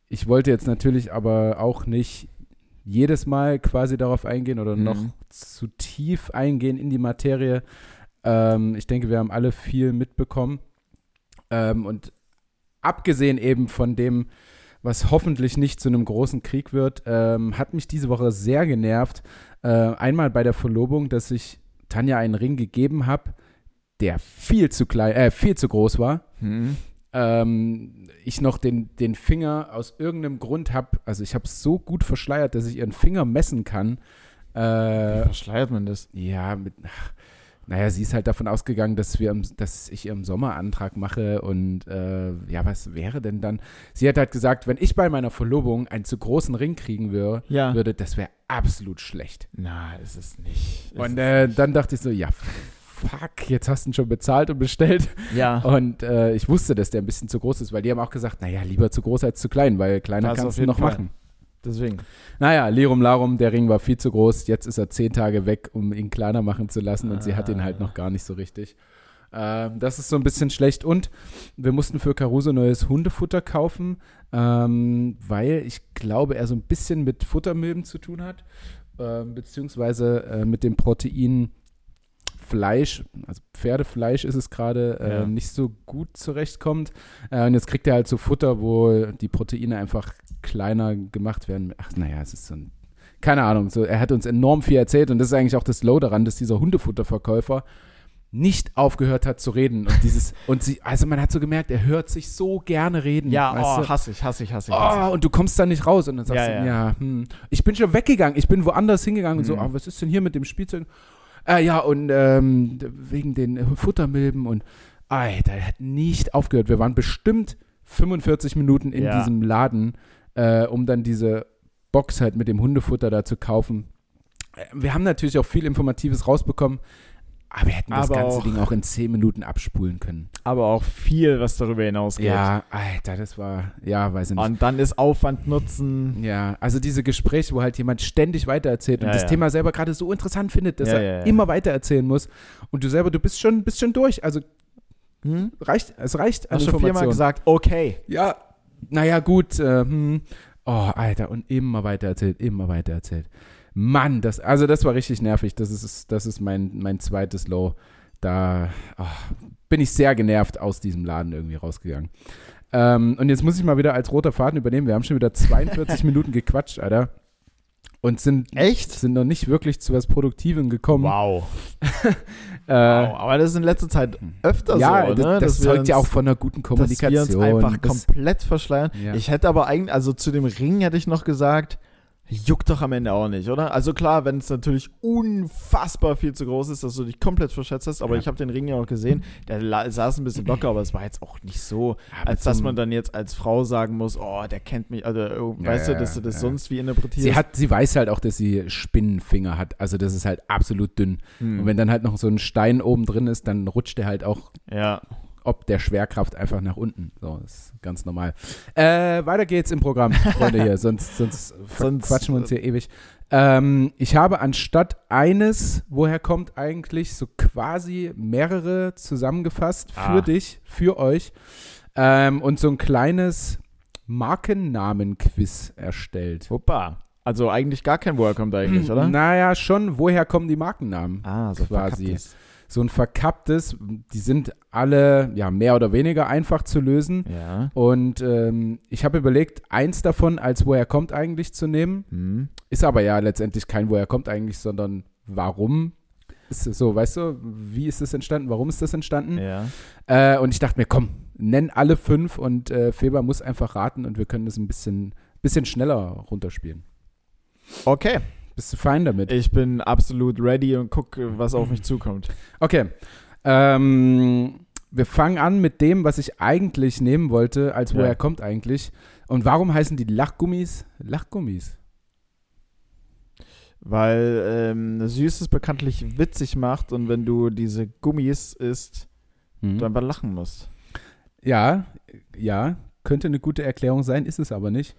Speaker 2: ich wollte jetzt natürlich aber auch nicht jedes Mal quasi darauf eingehen oder noch
Speaker 1: Mhm.
Speaker 2: zu tief eingehen in die Materie. Ähm, ich denke, wir haben alle viel mitbekommen. Ähm, und abgesehen eben von dem, was hoffentlich nicht zu einem großen Krieg wird, ähm, hat mich diese Woche sehr genervt. Äh, einmal bei der Verlobung, dass ich Tanja einen Ring gegeben habe, der viel zu klein, äh, viel zu groß war
Speaker 1: Hm.
Speaker 2: ähm, ich noch den, den Finger aus irgendeinem Grund habe, also ich habe es so gut verschleiert, dass ich ihren Finger messen kann.
Speaker 1: Wie
Speaker 2: Äh,
Speaker 1: verschleiert man das?
Speaker 2: ja, mit, *laughs* ach, naja, sie ist halt davon ausgegangen, dass wir, im, dass ich ihrem Sommerantrag mache und äh, ja, was wäre denn dann? Sie hat halt gesagt, wenn ich bei meiner Verlobung einen zu großen Ring kriegen wür-
Speaker 1: Ja.
Speaker 2: würde, das wäre absolut schlecht.
Speaker 1: Na, ist es nicht. Ist
Speaker 2: Und
Speaker 1: es
Speaker 2: äh, dann dachte ich so, ja, fuck, jetzt hast du ihn schon bezahlt
Speaker 1: *laughs*
Speaker 2: und bestellt.
Speaker 1: ja.
Speaker 2: Und äh, ich wusste, dass der ein bisschen zu groß ist, weil die haben auch gesagt, naja, lieber zu groß als zu klein, weil kleiner
Speaker 1: Das auf
Speaker 2: kannst du
Speaker 1: jeden
Speaker 2: noch
Speaker 1: Fall.
Speaker 2: machen.
Speaker 1: Deswegen.
Speaker 2: Naja, Lirum Larum, der Ring war viel zu groß, jetzt ist er zehn Tage weg, um ihn kleiner machen zu lassen und sie hat ihn halt noch gar nicht so richtig. Ähm, das ist so ein bisschen schlecht. Und wir mussten für Caruso neues Hundefutter kaufen, ähm, weil ich glaube, er so ein bisschen mit Futtermilben zu tun hat, ähm, beziehungsweise äh, mit dem Protein Fleisch, also Pferdefleisch ist es gerade, äh,
Speaker 1: Ja.
Speaker 2: nicht so gut zurechtkommt. Äh, und jetzt kriegt er halt so Futter, wo die Proteine einfach kleiner gemacht werden. Ach, naja, es ist so ein. Keine Ahnung, so, er hat uns enorm viel erzählt und das ist eigentlich auch das Low daran, dass dieser Hundefutterverkäufer nicht aufgehört hat zu reden. Und dieses, und sie, also man hat so gemerkt, er hört sich so gerne reden. Hm, weißt
Speaker 1: Ja,
Speaker 2: du?
Speaker 1: oh, hasse ich, hasse ich, hasse ich. Hasse ich.
Speaker 2: Oh, und du kommst da nicht raus und dann sagst
Speaker 1: Ja, ja.
Speaker 2: du, ja, hm. ich bin schon weggegangen, ich bin woanders hingegangen und so,
Speaker 1: Mhm.
Speaker 2: ah, was ist denn hier mit dem Spielzeug? Ah, ja, und ähm, d- wegen den Futtermilben und, Alter, er hat nicht aufgehört. Wir waren bestimmt 45 Minuten in
Speaker 1: Ja.
Speaker 2: diesem Laden, äh, um dann diese Box halt mit dem Hundefutter da zu kaufen. Äh, Wir haben natürlich auch viel Informatives rausbekommen, aber wir hätten das
Speaker 1: Aber
Speaker 2: ganze
Speaker 1: auch-
Speaker 2: Ding auch in 10 Minuten abspulen können.
Speaker 1: Aber auch viel, was darüber hinausgeht.
Speaker 2: Ja, Alter, das war, ja, weiß ich nicht.
Speaker 1: Und dann ist Aufwand nutzen.
Speaker 2: Ja, also diese Gespräche, wo halt jemand ständig weitererzählt und
Speaker 1: Ja,
Speaker 2: das
Speaker 1: ja.
Speaker 2: Thema selber gerade so interessant findet, dass
Speaker 1: Ja,
Speaker 2: er
Speaker 1: ja, ja.
Speaker 2: immer weitererzählen muss. Und du selber, du bist schon, bist schon durch. Also
Speaker 1: Hm?
Speaker 2: reicht, es reicht an
Speaker 1: Hast schon viermal
Speaker 2: Informationen.
Speaker 1: gesagt, okay.
Speaker 2: Ja, naja, gut. Äh, hm. Oh, Alter, und immer weitererzählt, immer weitererzählt. Mann, das, also das war richtig nervig. Das ist, das ist mein, mein zweites Low. Da ah, bin ich sehr genervt aus diesem Laden irgendwie rausgegangen. Ähm, und jetzt muss ich mal wieder als roter Faden übernehmen. Wir haben schon wieder
Speaker 1: *laughs*
Speaker 2: 42 Minuten gequatscht, Alter. Und sind,
Speaker 1: Echt?
Speaker 2: sind noch nicht wirklich zu was Produktivem gekommen.
Speaker 1: Wow.
Speaker 2: Äh,
Speaker 1: wow. Aber das ist in letzter Zeit öfter
Speaker 2: Ja,
Speaker 1: so,
Speaker 2: das,
Speaker 1: ne?
Speaker 2: das
Speaker 1: Dass wir
Speaker 2: zeugt ja
Speaker 1: uns-
Speaker 2: auch von einer guten
Speaker 1: dass
Speaker 2: Kommunikation.
Speaker 1: wir uns einfach
Speaker 2: Das-
Speaker 1: komplett verschleiern.
Speaker 2: Ja.
Speaker 1: Ich hätte aber eigentlich, also zu dem Ring hätte ich noch gesagt, juckt doch am Ende auch nicht, oder? Also klar, wenn es natürlich unfassbar viel zu groß ist, dass du dich komplett verschätzt hast, aber
Speaker 2: Ja.
Speaker 1: ich habe den Ring ja auch gesehen, der la- saß ein bisschen locker, aber es war jetzt auch nicht so,
Speaker 2: Aber
Speaker 1: als dass
Speaker 2: zum-
Speaker 1: man dann jetzt als Frau sagen muss, oh, der kennt mich, also oh,
Speaker 2: Ja,
Speaker 1: weißt
Speaker 2: ja,
Speaker 1: du, dass du das
Speaker 2: ja.
Speaker 1: sonst wie interpretierst.
Speaker 2: Sie, hat, sie weiß halt auch, dass sie Spinnenfinger hat. Also das ist halt absolut dünn.
Speaker 1: Hm.
Speaker 2: Und wenn dann halt noch so ein Stein oben drin ist, dann rutscht der halt auch
Speaker 1: ja.
Speaker 2: ob der Schwerkraft einfach nach unten. So, das ist ganz normal. Äh, weiter geht's im
Speaker 1: *laughs*
Speaker 2: Programm, Freunde hier. Sonst, sonst,
Speaker 1: Sonst- äh,
Speaker 2: sonst quatschen wir uns hier ewig. Ähm, ich habe anstatt eines, woher kommt eigentlich, so quasi mehrere zusammengefasst für
Speaker 1: Ah.
Speaker 2: dich, für euch. Ähm, und so ein kleines Markennamen-Quiz erstellt.
Speaker 1: Hoppa. Also eigentlich gar kein Welcome da
Speaker 2: *clears throat*
Speaker 1: eigentlich, oder?
Speaker 2: Hm, Naja, schon, woher kommen die Markennamen?
Speaker 1: Ah, so
Speaker 2: Quasi.
Speaker 1: verkapptes.
Speaker 2: So ein verkapptes, die sind alle ja mehr oder weniger einfach zu lösen.
Speaker 1: Ja.
Speaker 2: Und ähm, ich habe überlegt, eins davon als woher kommt eigentlich zu nehmen.
Speaker 1: Hm.
Speaker 2: Ist aber ja letztendlich kein woher kommt eigentlich, sondern warum. Ist es so, weißt du, wie ist das entstanden? Warum ist das entstanden?
Speaker 1: Ja.
Speaker 2: Äh, und ich dachte mir, komm, nenn alle fünf und äh, Feber muss einfach raten und wir können das ein bisschen, bisschen schneller runterspielen.
Speaker 1: Okay.
Speaker 2: Bist du fein damit?
Speaker 1: Ich bin absolut ready und gucke, was auf mich zukommt.
Speaker 2: Okay. Ähm, wir fangen an mit dem, was ich eigentlich nehmen wollte, als
Speaker 1: Ja.
Speaker 2: woher kommt eigentlich. Und warum heißen die Lachgummis Lachgummis?
Speaker 1: Weil ähm, Süßes bekanntlich witzig macht und wenn du diese Gummis isst,
Speaker 2: Hm?
Speaker 1: du einfach lachen musst.
Speaker 2: Ja, ja, könnte eine gute Erklärung sein, ist es aber nicht.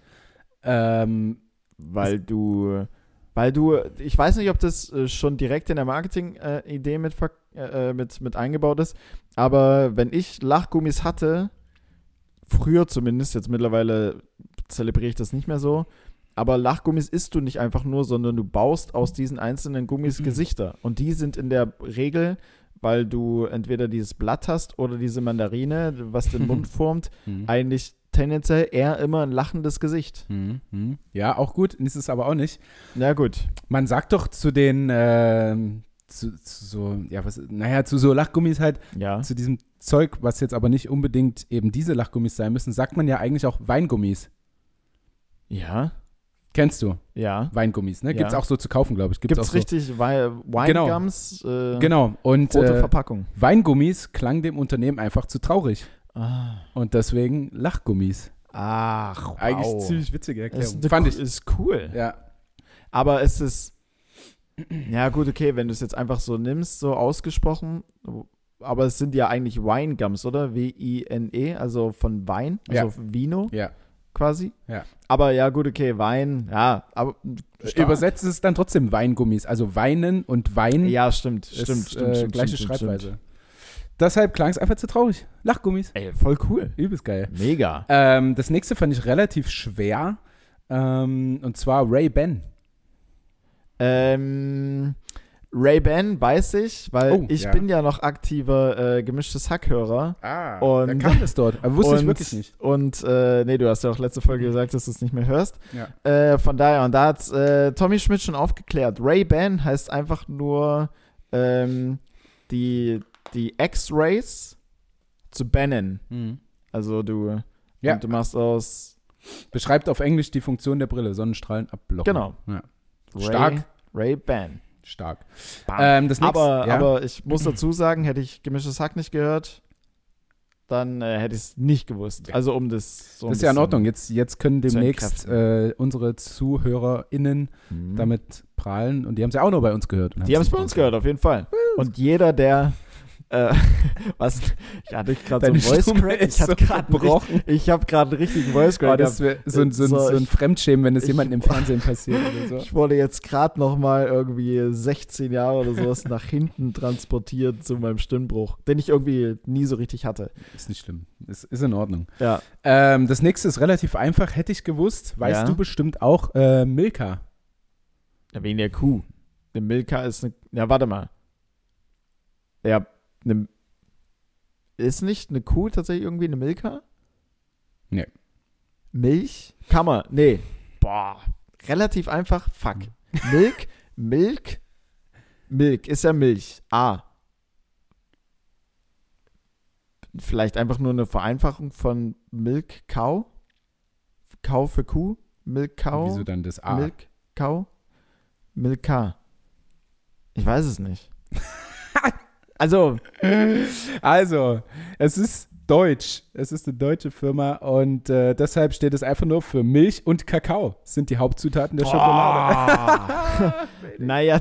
Speaker 2: Ähm,
Speaker 1: Weil du, weil du, ich weiß nicht, ob das äh, schon direkt in der Marketing-Idee mit, verk- äh, äh, mit, mit eingebaut ist, aber wenn ich Lachgummis hatte, früher zumindest, jetzt mittlerweile zelebriere ich das nicht mehr so, aber Lachgummis isst du nicht einfach nur, sondern du baust aus diesen einzelnen Gummis Gesichter. Und die sind in der Regel, weil du entweder dieses Blatt hast oder diese Mandarine, was *laughs* den Mund formt,
Speaker 2: hm,
Speaker 1: eigentlich tendenziell eher immer ein lachendes Gesicht.
Speaker 2: hm, hm. Ja, auch gut, ist es aber auch nicht.
Speaker 1: Na gut.
Speaker 2: Man sagt doch zu den, ähm, zu, zu so, ja, was, naja, zu so Lachgummis halt,
Speaker 1: Ja.
Speaker 2: zu diesem Zeug, was jetzt aber nicht unbedingt eben diese Lachgummis sein müssen, sagt man ja eigentlich auch Weingummis.
Speaker 1: Ja.
Speaker 2: Kennst du?
Speaker 1: Ja.
Speaker 2: Weingummis, ne?
Speaker 1: Ja.
Speaker 2: Gibt's auch so zu kaufen, glaube ich. Gibt's,
Speaker 1: Gibt es
Speaker 2: auch
Speaker 1: richtig Wei- Winegums?
Speaker 2: so.
Speaker 1: Äh,
Speaker 2: Genau. Und
Speaker 1: Rote
Speaker 2: äh,
Speaker 1: Verpackung.
Speaker 2: Weingummis klang dem Unternehmen einfach zu traurig.
Speaker 1: Ah.
Speaker 2: Und deswegen Lachgummis.
Speaker 1: Ach, wow.
Speaker 2: Eigentlich ziemlich witzige
Speaker 1: ist
Speaker 2: Erklärung.
Speaker 1: eine
Speaker 2: Fand
Speaker 1: coo-
Speaker 2: ich.
Speaker 1: Ist cool.
Speaker 2: Ja.
Speaker 1: Aber es ist. *clears throat* Ja, gut, okay, wenn du es jetzt einfach so nimmst, so ausgesprochen. Aber es sind ja eigentlich Winegums, oder? W-I-N-E, also von Wein, also Vino
Speaker 2: Ja.
Speaker 1: quasi.
Speaker 2: Ja.
Speaker 1: Aber ja, gut, okay, Wein, ja. Aber, stark.
Speaker 2: Übersetzt ist es dann trotzdem Weingummis. Also Weinen und Wein
Speaker 1: Ja, stimmt,
Speaker 2: ist
Speaker 1: stimmt, stimmt,
Speaker 2: äh,
Speaker 1: stimmt.
Speaker 2: gleiche
Speaker 1: stimmt,
Speaker 2: Schreibweise.
Speaker 1: Stimmt.
Speaker 2: Deshalb klang es einfach zu traurig. Lachgummis.
Speaker 1: Ey, voll cool.
Speaker 2: Übelst geil.
Speaker 1: Mega.
Speaker 2: Ähm, das nächste fand ich relativ schwer. Ähm, und zwar Ray Ben.
Speaker 1: Ähm, Ray-Ban weiß ich, weil
Speaker 2: Oh,
Speaker 1: ich
Speaker 2: ja.
Speaker 1: bin ja noch aktiver äh, gemischtes Hackhörer.
Speaker 2: Ah,
Speaker 1: Und-
Speaker 2: da kam *laughs* das dort. Aber wusste
Speaker 1: und,
Speaker 2: ich wirklich nicht.
Speaker 1: Und äh, nee, du hast ja auch letzte Folge gesagt, dass du es nicht mehr hörst.
Speaker 2: Mhm. Ja.
Speaker 1: Äh, von daher, und da hat äh, Tommy Schmidt schon aufgeklärt. Ray-Ban heißt einfach nur ähm, die, die X-Rays zu bannen. Also du,
Speaker 2: Ja.
Speaker 1: und du machst aus
Speaker 2: Beschreibt auf Englisch die Funktion der Brille. Sonnenstrahlen abblocken.
Speaker 1: Genau.
Speaker 2: Ja.
Speaker 1: Ray,
Speaker 2: Stark.
Speaker 1: Ray Ban.
Speaker 2: Stark.
Speaker 1: Bam.
Speaker 2: Ähm, das nächste,
Speaker 1: Ah. aber,
Speaker 2: ja.
Speaker 1: aber ich muss dazu sagen, hätte ich gemischtes Hack nicht gehört, dann äh, hätte ich es nicht gewusst. Also um das so ein
Speaker 2: das ist ja in
Speaker 1: bisschen-
Speaker 2: Ordnung. Jetzt, jetzt können
Speaker 1: zu
Speaker 2: demnächst äh, unsere ZuhörerInnen
Speaker 1: Mhm.
Speaker 2: damit prahlen. Und die haben es ja auch nur bei uns gehört. und
Speaker 1: Die haben es bei uns gehört, auf jeden Fall. Und jeder, der äh, *laughs* was ich hatte gerade so
Speaker 2: Deine
Speaker 1: einen Voice
Speaker 2: Stimme
Speaker 1: Crack,
Speaker 2: ist
Speaker 1: ich hatte
Speaker 2: so
Speaker 1: gerade einen,
Speaker 2: gebrochen.
Speaker 1: richt- ich habe gerade einen richtigen Voice
Speaker 2: Oh,
Speaker 1: Crack.
Speaker 2: das
Speaker 1: gehabt.
Speaker 2: wäre so, ein- so, ein-
Speaker 1: So,
Speaker 2: so ein
Speaker 1: ich-
Speaker 2: Fremdschämen, wenn es
Speaker 1: ich-
Speaker 2: jemandem im Fernsehen passiert oder so.
Speaker 1: ich wurde jetzt gerade noch mal irgendwie 16 Jahre oder sowas nach hinten transportiert zu meinem Stimmbruch, den ich irgendwie nie so richtig hatte.
Speaker 2: Ist nicht schlimm. Ist, ist in Ordnung.
Speaker 1: Ja,
Speaker 2: Ähm, das nächste ist relativ einfach. Hätte ich gewusst, weißt
Speaker 1: Ja.
Speaker 2: du bestimmt auch äh, Milka.
Speaker 1: wegen der Kuh. Eine Milka ist eine. Ja, warte mal. Ja, eine. Ist nicht eine Kuh tatsächlich irgendwie eine Milka?
Speaker 2: Nee.
Speaker 1: Milch? Kammer? Nee. Boah. Relativ einfach. Fuck. Milk? Milk? Milk ist ja Milch. Ah. Vielleicht einfach nur eine Vereinfachung von Milk Cow? Cow für Kuh? Milk Cow?
Speaker 2: Wieso dann das A?
Speaker 1: Milk, Kau, Milka. Ich weiß es *laughs* nicht. also,
Speaker 2: Also, es ist deutsch. Es ist eine deutsche Firma und äh, deshalb steht es einfach nur für Milch und Kakao. Das sind die Hauptzutaten der Schokolade. *laughs*
Speaker 1: *laughs* naja,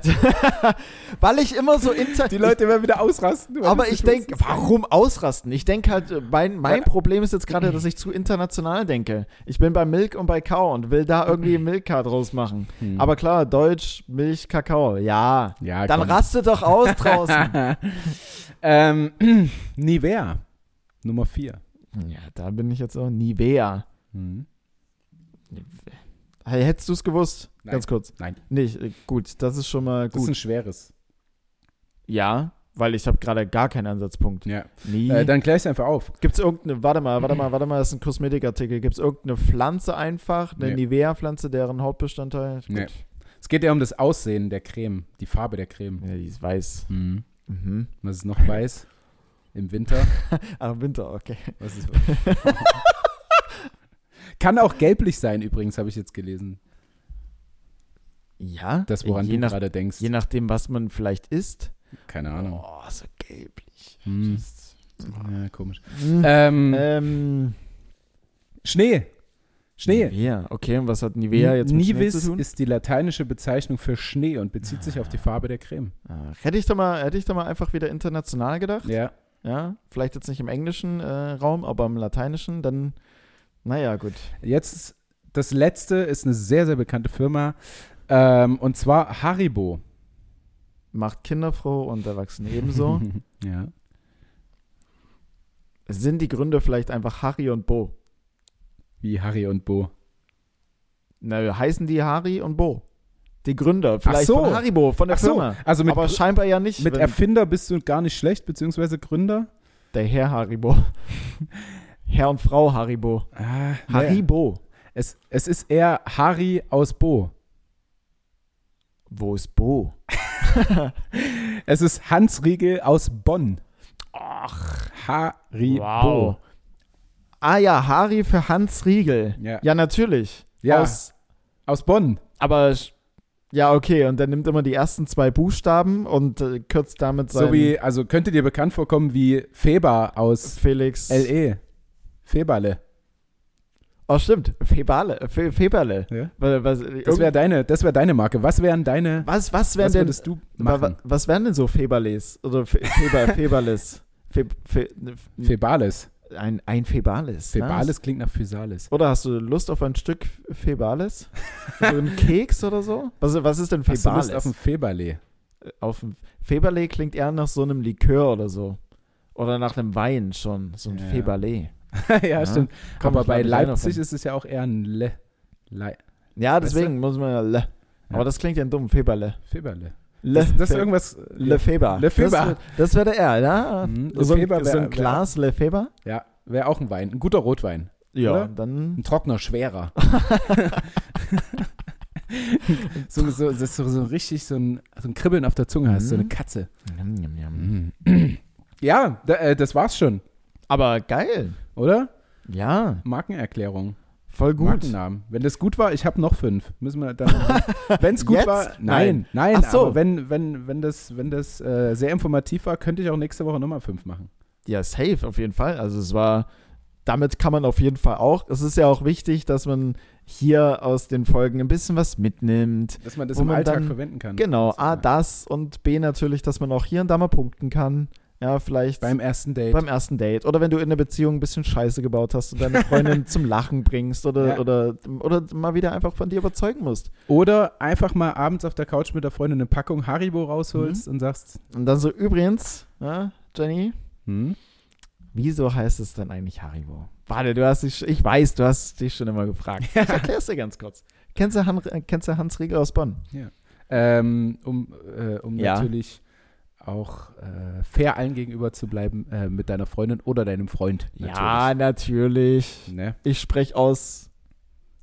Speaker 1: weil ich immer so inter...
Speaker 2: Die Leute immer wieder ausrasten. weil
Speaker 1: aber
Speaker 2: das
Speaker 1: ich
Speaker 2: nicht
Speaker 1: denke, warum ausrasten? Ich denke halt, mein, mein Problem ist jetzt *clears throat* gerade, dass ich zu international denke. Ich bin bei Milk und bei Kau und will da *clears throat* irgendwie Milka draus machen.
Speaker 2: Hm.
Speaker 1: Aber klar, Deutsch, Milch, Kakao, ja.
Speaker 2: Ja,
Speaker 1: Dann
Speaker 2: komm.
Speaker 1: raste doch *laughs* aus draußen.
Speaker 2: ähm, *clears throat* Nivea, Nummer 4.
Speaker 1: ja, da bin ich jetzt auch Nivea. Mhm.
Speaker 2: Hm.
Speaker 1: Hey, hättest du es gewusst?
Speaker 2: Nein.
Speaker 1: Ganz kurz.
Speaker 2: Nein.
Speaker 1: Nicht, äh, gut, das ist schon mal
Speaker 2: Das ist
Speaker 1: gut.
Speaker 2: ein schweres.
Speaker 1: ja, weil ich habe gerade gar keinen Ansatzpunkt.
Speaker 2: Ja.
Speaker 1: Nie.
Speaker 2: Äh, dann klär ich es einfach auf.
Speaker 1: Gibt's irgendeine, warte mal, warte mal, warte mal, das ist ein Kosmetikartikel. Gibt's irgendeine Pflanze einfach, eine
Speaker 2: Nee.
Speaker 1: Nivea-Pflanze, deren Hauptbestandteil? Gut.
Speaker 2: Nee. Es geht ja um das Aussehen der Creme, die Farbe der Creme.
Speaker 1: Ja, die ist weiß.
Speaker 2: Mhm.
Speaker 1: Mhm.
Speaker 2: Was ist noch weiß? Im Winter.
Speaker 1: Ah, Winter, okay.
Speaker 2: Was
Speaker 1: *laughs*
Speaker 2: ist *laughs* Kann auch gelblich sein, übrigens, habe ich jetzt gelesen.
Speaker 1: Ja,
Speaker 2: Das, woran
Speaker 1: Äh, je,
Speaker 2: du
Speaker 1: nach,
Speaker 2: gerade denkst.
Speaker 1: je nachdem, was man vielleicht isst.
Speaker 2: Keine Ahnung.
Speaker 1: Oh, so gelblich.
Speaker 2: Hm.
Speaker 1: Das-
Speaker 2: Ja, komisch.
Speaker 1: Hm.
Speaker 2: Ähm,
Speaker 1: ähm,
Speaker 2: Schnee. Schnee.
Speaker 1: Nivea, okay, und was hat Nivea jetzt mit Schnee
Speaker 2: Nivis
Speaker 1: zu tun?
Speaker 2: ist die lateinische Bezeichnung für Schnee und bezieht sich auf die Farbe der Creme.
Speaker 1: Ah, hätte, ich doch mal, hätte ich doch mal einfach wieder international gedacht.
Speaker 2: Ja.
Speaker 1: Ja, vielleicht jetzt nicht im englischen äh, Raum, aber im lateinischen, dann, naja, gut.
Speaker 2: Jetzt das letzte ist eine sehr, sehr bekannte Firma. Ähm, und zwar Haribo.
Speaker 1: Macht Kinder froh und Erwachsene
Speaker 2: *laughs*
Speaker 1: ebenso.
Speaker 2: ja.
Speaker 1: Sind die Gründe vielleicht einfach Harry und Bo?
Speaker 2: Wie Harry und Bo.
Speaker 1: Na, heißen die Harry und Bo? Die Gründer, vielleicht
Speaker 2: so.
Speaker 1: von Haribo, von der
Speaker 2: Ach so,
Speaker 1: Firma.
Speaker 2: also mit,
Speaker 1: aber scheinbar ja nicht.
Speaker 2: mit
Speaker 1: wenn-
Speaker 2: Erfinder bist du gar nicht schlecht, beziehungsweise Gründer.
Speaker 1: der Herr
Speaker 2: *laughs*
Speaker 1: Haribo. Herr und Frau Haribo.
Speaker 2: Ah, nee.
Speaker 1: Haribo.
Speaker 2: Es, es ist eher Harry aus Bo.
Speaker 1: Wo ist Bo?
Speaker 2: Es ist Hans Riegel aus Bonn.
Speaker 1: Ach,
Speaker 2: Harry Bo.
Speaker 1: Ah ja, Harry für Hans Riegel.
Speaker 2: Ja.
Speaker 1: Ja, natürlich.
Speaker 2: Ja.
Speaker 1: Aus
Speaker 2: Aus Bonn.
Speaker 1: Aber sch- ja, okay, und er nimmt immer die ersten zwei Buchstaben und äh, kürzt damit sein
Speaker 2: So wie, also könnte dir bekannt vorkommen wie Feber aus
Speaker 1: Felix.
Speaker 2: LE. Feberle.
Speaker 1: oh, stimmt. Febale. Fe Feberle.
Speaker 2: Ja.
Speaker 1: Wa- Was,
Speaker 2: Das wäre
Speaker 1: irgend-
Speaker 2: deine, das wär deine Marke. Was wären deine.
Speaker 1: was, was wären
Speaker 2: Was
Speaker 1: denn.
Speaker 2: würdest du
Speaker 1: wa- wa-
Speaker 2: machen?
Speaker 1: was wären denn so Feberles? Oder Fe
Speaker 2: *laughs*
Speaker 1: Feber, Feberles? Fe Fe ne- f-
Speaker 2: Febales.
Speaker 1: ein, ein Febales. ne?
Speaker 2: Febales klingt nach Physalis.
Speaker 1: Oder hast du Lust auf ein Stück Febales? so
Speaker 2: *laughs*
Speaker 1: ein Keks oder so? Was, was ist denn
Speaker 2: Hast du Lust
Speaker 1: Febales?
Speaker 2: auf ein Feberle?
Speaker 1: auf ein Feberle klingt eher nach so einem Likör oder so. Oder nach einem Wein schon, so ein
Speaker 2: Ja.
Speaker 1: Feberle.
Speaker 2: *laughs* ja, stimmt.
Speaker 1: Komm,
Speaker 2: Aber
Speaker 1: ich
Speaker 2: bei
Speaker 1: lade dich ein
Speaker 2: Leipzig
Speaker 1: davon.
Speaker 2: ist es ja auch eher ein Le. Le
Speaker 1: Ja,
Speaker 2: Weißt
Speaker 1: deswegen muss man ja le. Aber
Speaker 2: Ja.
Speaker 1: das klingt ja dumm, Feberle.
Speaker 2: Feberle.
Speaker 1: Le,
Speaker 2: Das, das ist
Speaker 1: Fe-
Speaker 2: irgendwas.
Speaker 1: le Feber.
Speaker 2: Le Feber.
Speaker 1: Das, wär- das wäre der R, ja?
Speaker 2: Mhm. Le
Speaker 1: so, ein-
Speaker 2: Feber wär-
Speaker 1: so ein
Speaker 2: wär-
Speaker 1: Glas Le Feber?
Speaker 2: Ja, wäre auch ein Wein. Ein guter Rotwein.
Speaker 1: Ja,
Speaker 2: Oder?
Speaker 1: dann.
Speaker 2: Ein trockener, schwerer. *laughs* so, so, das ist so, so richtig so ein, so ein Kribbeln auf der Zunge hast, so eine
Speaker 1: Mhm.
Speaker 2: Katze.
Speaker 1: Yum, yum, yum.
Speaker 2: Mhm. Ja, da, äh, das war's schon,
Speaker 1: Aber geil.
Speaker 2: oder?
Speaker 1: Ja,
Speaker 2: Markenerklärung.
Speaker 1: voll gut.
Speaker 2: Markennamen. Wenn das gut war, ich habe noch fünf. Müssen wir dann. *laughs* wenn es gut
Speaker 1: Jetzt?
Speaker 2: war, nein, nein.
Speaker 1: Ach so.
Speaker 2: Aber wenn, wenn, wenn das, wenn das äh, sehr informativ war, könnte ich auch nächste Woche nochmal fünf machen.
Speaker 1: Ja, safe auf jeden Fall. Also es war, damit kann man auf jeden Fall auch. Es ist ja auch wichtig, dass man hier aus den Folgen ein bisschen was mitnimmt.
Speaker 2: Dass man das
Speaker 1: Wo
Speaker 2: im
Speaker 1: man
Speaker 2: Alltag
Speaker 1: dann-
Speaker 2: verwenden kann.
Speaker 1: Genau,
Speaker 2: Das-
Speaker 1: A, das und B natürlich, dass man auch hier und da mal punkten kann. Ja, vielleicht
Speaker 2: Beim ersten Date.
Speaker 1: beim ersten Date. Oder wenn du in einer Beziehung ein bisschen Scheiße gebaut hast und deine *laughs* Freundin zum Lachen bringst oder,
Speaker 2: Ja.
Speaker 1: oder, oder mal wieder einfach von dir überzeugen musst.
Speaker 2: Oder einfach mal abends auf der Couch mit der Freundin eine Packung Haribo rausholst und sagst,
Speaker 1: Und dann so, übrigens, ja, Jenny,
Speaker 2: hm,
Speaker 1: wieso heißt es denn eigentlich Haribo? Warte, du hast dich, ich weiß, du hast dich schon immer *laughs* gefragt. Ich erklär's dir ganz kurz. Kennst du, Han, äh, kennst du Hans Riegel aus Bonn?
Speaker 2: ähm, um, äh, um
Speaker 1: Ja.
Speaker 2: natürlich auch äh, fair allen gegenüber zu bleiben äh, mit deiner Freundin oder deinem Freund.
Speaker 1: Ja, natürlich.
Speaker 2: natürlich. Ne?
Speaker 1: Ich spreche aus,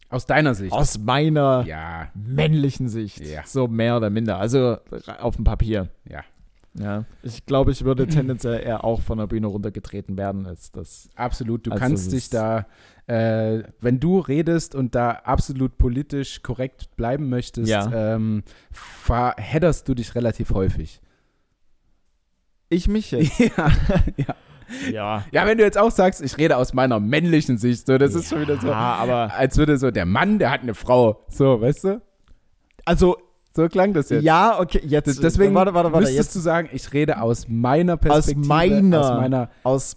Speaker 2: Aus deiner Sicht.
Speaker 1: aus meiner
Speaker 2: ja,
Speaker 1: männlichen Sicht.
Speaker 2: Ja.
Speaker 1: So mehr oder minder. Also auf dem Papier.
Speaker 2: ja,
Speaker 1: Ja, ich glaube, ich
Speaker 2: *clears throat*
Speaker 1: würde tendenziell eher auch von der Bühne runtergetreten werden, als das.
Speaker 2: absolut. Du
Speaker 1: Also
Speaker 2: kannst
Speaker 1: es
Speaker 2: dich
Speaker 1: ist-
Speaker 2: da, äh, wenn du redest und da absolut politisch korrekt bleiben möchtest,
Speaker 1: Ja.
Speaker 2: ähm, verhedderst du dich relativ
Speaker 1: *laughs*
Speaker 2: häufig.
Speaker 1: Ich mich jetzt.
Speaker 2: ja, ja.
Speaker 1: ja.
Speaker 2: *laughs* Ja, wenn du jetzt auch sagst, ich rede aus meiner männlichen Sicht, so, das ist schon wieder so,
Speaker 1: Ja, aber.
Speaker 2: als würde so der Mann, der hat eine Frau, so, weißt du?
Speaker 1: Also,
Speaker 2: So klang das jetzt.
Speaker 1: ja, okay, jetzt.
Speaker 2: Das- Deswegen
Speaker 1: warte, warte, warte.
Speaker 2: müsstest
Speaker 1: Jetzt
Speaker 2: du sagen, ich rede aus meiner Perspektive,
Speaker 1: meiner-
Speaker 2: aus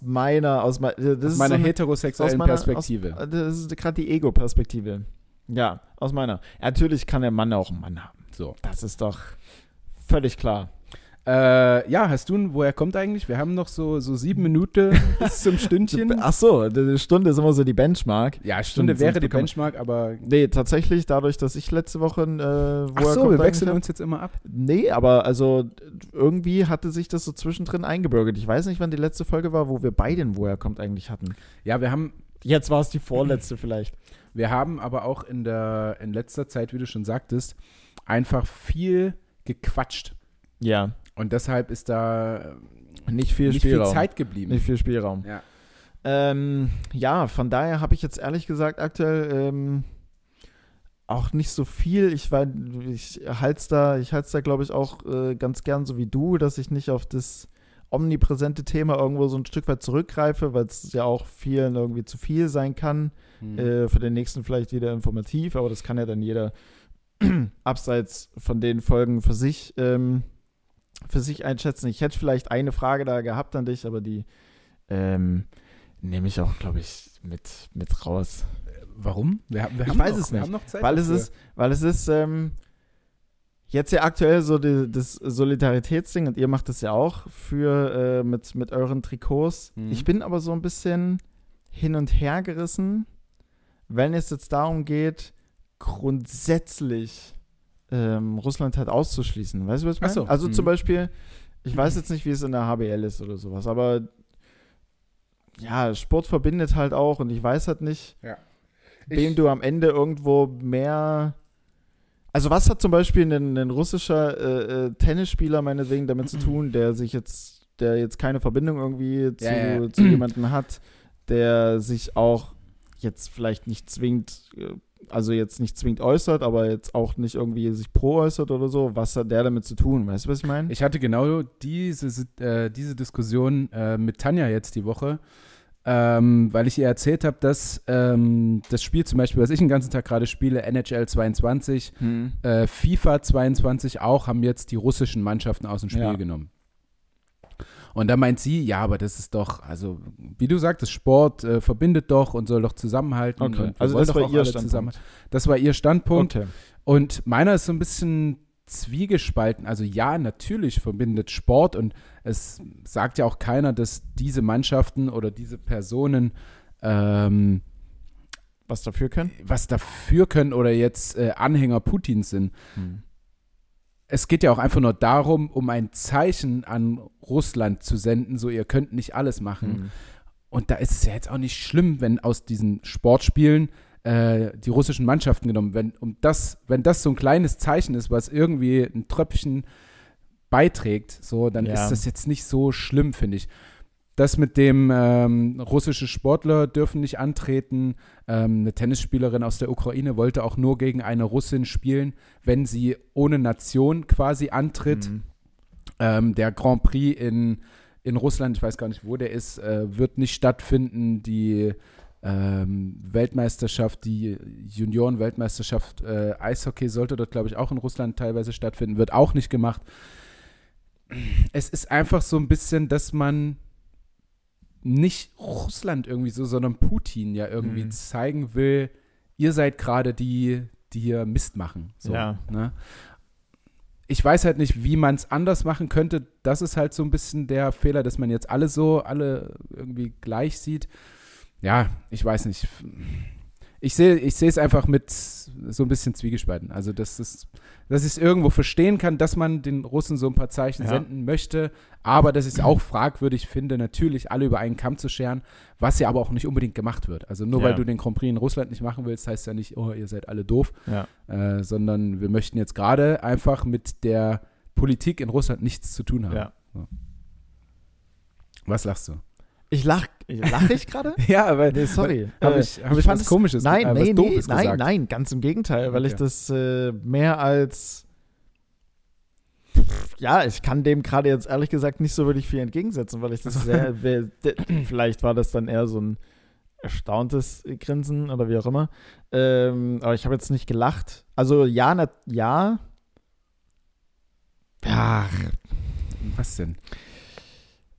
Speaker 1: aus
Speaker 2: meiner,
Speaker 1: meiner, aus, mei- das
Speaker 2: aus
Speaker 1: ist
Speaker 2: meiner
Speaker 1: so eine,
Speaker 2: heterosexuellen
Speaker 1: aus meiner-
Speaker 2: Perspektive.
Speaker 1: Aus, das ist gerade die Ego-Perspektive. Ja, aus meiner. Natürlich kann der Mann auch einen Mann haben.
Speaker 2: so.
Speaker 1: Das ist doch völlig klar.
Speaker 2: Äh, ja, hast du, einen- woher kommt eigentlich? Wir haben noch so, so sieben
Speaker 1: *laughs*
Speaker 2: Minuten bis zum Stündchen.
Speaker 1: Ach so, die die Stunde ist immer so die Benchmark.
Speaker 2: Ja, Stunde
Speaker 1: Stimmt,
Speaker 2: wäre
Speaker 1: sonst
Speaker 2: die
Speaker 1: bekommen-
Speaker 2: Benchmark, aber.
Speaker 1: Nee, tatsächlich, dadurch, dass ich letzte Woche äh, wo
Speaker 2: Ach
Speaker 1: kommt
Speaker 2: so, wir
Speaker 1: eigentlich
Speaker 2: wechseln
Speaker 1: her?
Speaker 2: uns jetzt immer ab.
Speaker 1: Nee, aber also irgendwie hatte sich das so zwischendrin eingebürgert. Ich weiß nicht, wann die letzte Folge war, wo wir beiden Woher kommt eigentlich hatten.
Speaker 2: Ja, wir haben
Speaker 1: Jetzt war es die vorletzte vielleicht.
Speaker 2: Wir haben aber auch in, der, in letzter Zeit, wie du schon sagtest, einfach viel gequatscht.
Speaker 1: Ja,
Speaker 2: Und deshalb ist da
Speaker 1: nicht viel
Speaker 2: nicht
Speaker 1: Spielraum.
Speaker 2: viel Zeit geblieben.
Speaker 1: Nicht viel Spielraum.
Speaker 2: Ja.
Speaker 1: Ähm, ja, von daher habe ich jetzt ehrlich gesagt aktuell ähm, auch nicht so viel. Ich war, ich halte es da, ich halte da, glaube ich, auch äh, ganz gern so wie du, dass ich nicht auf das omnipräsente Thema irgendwo so ein Stück weit zurückgreife, weil es ja auch vielen irgendwie zu viel sein kann.
Speaker 2: Hm.
Speaker 1: Äh, für den nächsten vielleicht wieder informativ, aber das kann ja dann jeder *clears throat* abseits von den Folgen für sich, ähm, für sich einschätzen. Ich hätte vielleicht eine Frage da gehabt an dich, aber die ähm, nehme ich auch, glaube ich, mit, mit raus.
Speaker 2: Warum? Wir, haben- wir
Speaker 1: Ich
Speaker 2: haben
Speaker 1: weiß
Speaker 2: noch,
Speaker 1: es
Speaker 2: wir
Speaker 1: nicht,
Speaker 2: Haben noch Zeit
Speaker 1: Weil es
Speaker 2: dafür.
Speaker 1: ist, weil es ist ähm, jetzt ja aktuell so die, das Solidaritätsding und ihr macht das ja auch für äh, mit, mit euren Trikots.
Speaker 2: Mhm.
Speaker 1: Ich bin aber so ein bisschen hin und her gerissen, wenn es jetzt darum geht, grundsätzlich ähm, Russland halt auszuschließen. Weißt du, was ich
Speaker 2: Ach
Speaker 1: meine?
Speaker 2: so.
Speaker 1: Also
Speaker 2: Mhm.
Speaker 1: zum Beispiel, ich weiß jetzt nicht, wie es in der HBL ist oder sowas, aber ja, Sport verbindet halt auch und ich weiß halt nicht, wem du am Ende irgendwo mehr. Also, was hat zum Beispiel ein, ein russischer äh, äh, Tennisspieler meinetwegen damit zu tun, der sich jetzt, der jetzt keine Verbindung irgendwie zu,
Speaker 2: Ja, ja.
Speaker 1: zu jemandem hat, der sich auch jetzt vielleicht nicht zwingend, äh, also jetzt nicht zwingend äußert, aber jetzt auch nicht irgendwie sich pro äußert oder so. Was hat der damit zu tun? Weißt du, was ich meine?
Speaker 2: Ich hatte genau diese, äh, diese Diskussion äh, mit Tanja jetzt die Woche, ähm, weil ich ihr erzählt habe, dass ähm, das Spiel zum Beispiel, was ich den ganzen Tag gerade spiele, NHL 22, äh, FIFA 22 auch, haben jetzt die russischen Mannschaften aus dem Spiel
Speaker 1: Ja.
Speaker 2: genommen. Und da meint sie, ja, aber das ist doch, also wie du sagtest, Sport äh, verbindet doch und soll doch zusammenhalten.
Speaker 1: Okay.
Speaker 2: Und wir
Speaker 1: Also
Speaker 2: wollen
Speaker 1: das
Speaker 2: doch
Speaker 1: war
Speaker 2: auch
Speaker 1: ihr
Speaker 2: alle
Speaker 1: Standpunkt.
Speaker 2: zusammen- Das war ihr Standpunkt.
Speaker 1: Okay.
Speaker 2: Und meiner ist so ein bisschen zwiegespalten. Also ja, natürlich verbindet Sport und es sagt ja auch keiner, dass diese Mannschaften oder diese Personen ähm,
Speaker 1: Was dafür können?
Speaker 2: was dafür können oder jetzt äh, Anhänger Putins sind. Es geht ja auch einfach nur darum, um ein Zeichen an Russland zu senden, so ihr könnt nicht alles machen.
Speaker 1: Mhm.
Speaker 2: Und da ist es ja jetzt auch nicht schlimm, wenn aus diesen Sportspielen äh, die russischen Mannschaften genommen werden. Um das, wenn das so ein kleines Zeichen ist, was irgendwie ein Tröpfchen beiträgt, so, dann
Speaker 1: Ja.
Speaker 2: ist das jetzt nicht so schlimm, finde ich. Das mit dem ähm, russische Sportler dürfen nicht antreten. Ähm, eine Tennisspielerin aus der Ukraine wollte auch nur gegen eine Russin spielen, wenn sie ohne Nation quasi antritt.
Speaker 1: Mhm.
Speaker 2: Ähm, der Grand Prix in, in Russland, ich weiß gar nicht, wo der ist, äh, wird nicht stattfinden. Die ähm, Weltmeisterschaft, die Junioren-Weltmeisterschaft äh, Eishockey sollte dort, glaube ich, auch in Russland teilweise stattfinden, wird auch nicht gemacht. Es ist einfach so ein bisschen, dass man nicht Russland irgendwie so, sondern Putin ja irgendwie
Speaker 1: Mhm.
Speaker 2: zeigen will, ihr seid gerade die, die hier Mist machen. So,
Speaker 1: Ja.
Speaker 2: ne? Ich weiß halt nicht, wie man es anders machen könnte. Das ist halt so ein bisschen der Fehler, dass man jetzt alle so, alle irgendwie gleich sieht. Ja, ich weiß nicht. Ich sehe ich sehe es einfach mit so ein bisschen Zwiegespalten. Also, dass, es, dass ich es irgendwo verstehen kann, dass man den Russen so ein paar Zeichen
Speaker 1: Ja.
Speaker 2: senden möchte, aber dass ich es auch fragwürdig finde, natürlich alle über einen Kamm zu scheren, was ja aber auch nicht unbedingt gemacht wird. Also, nur
Speaker 1: Ja.
Speaker 2: weil du den Grand Prix in Russland nicht machen willst, heißt ja nicht, oh, ihr seid alle doof
Speaker 1: Ja.
Speaker 2: äh, sondern wir möchten jetzt gerade einfach mit der Politik in Russland nichts zu tun haben.
Speaker 1: Ja.
Speaker 2: Was
Speaker 1: *laughs*
Speaker 2: lachst du?
Speaker 1: Ich lach,
Speaker 2: *laughs*
Speaker 1: lache ich gerade?
Speaker 2: Ja, aber
Speaker 1: Nee, sorry.
Speaker 2: Habe
Speaker 1: Äh,
Speaker 2: ich, hab ich,
Speaker 1: fand
Speaker 2: was
Speaker 1: es-
Speaker 2: Komisches
Speaker 1: Nein,
Speaker 2: äh, was
Speaker 1: nee, nee,
Speaker 2: Doofes
Speaker 1: nein,
Speaker 2: gesagt?
Speaker 1: nein, ganz im Gegenteil, weil ich
Speaker 2: Okay.
Speaker 1: das äh, mehr als ja, ich kann dem gerade jetzt ehrlich gesagt nicht so wirklich viel entgegensetzen, weil ich
Speaker 2: *laughs*
Speaker 1: das sehr, we- de- vielleicht war das dann eher so ein erstauntes Grinsen oder wie auch immer. Ähm, aber ich habe jetzt nicht gelacht. Also ja, na, ja. Ach,
Speaker 2: Was denn?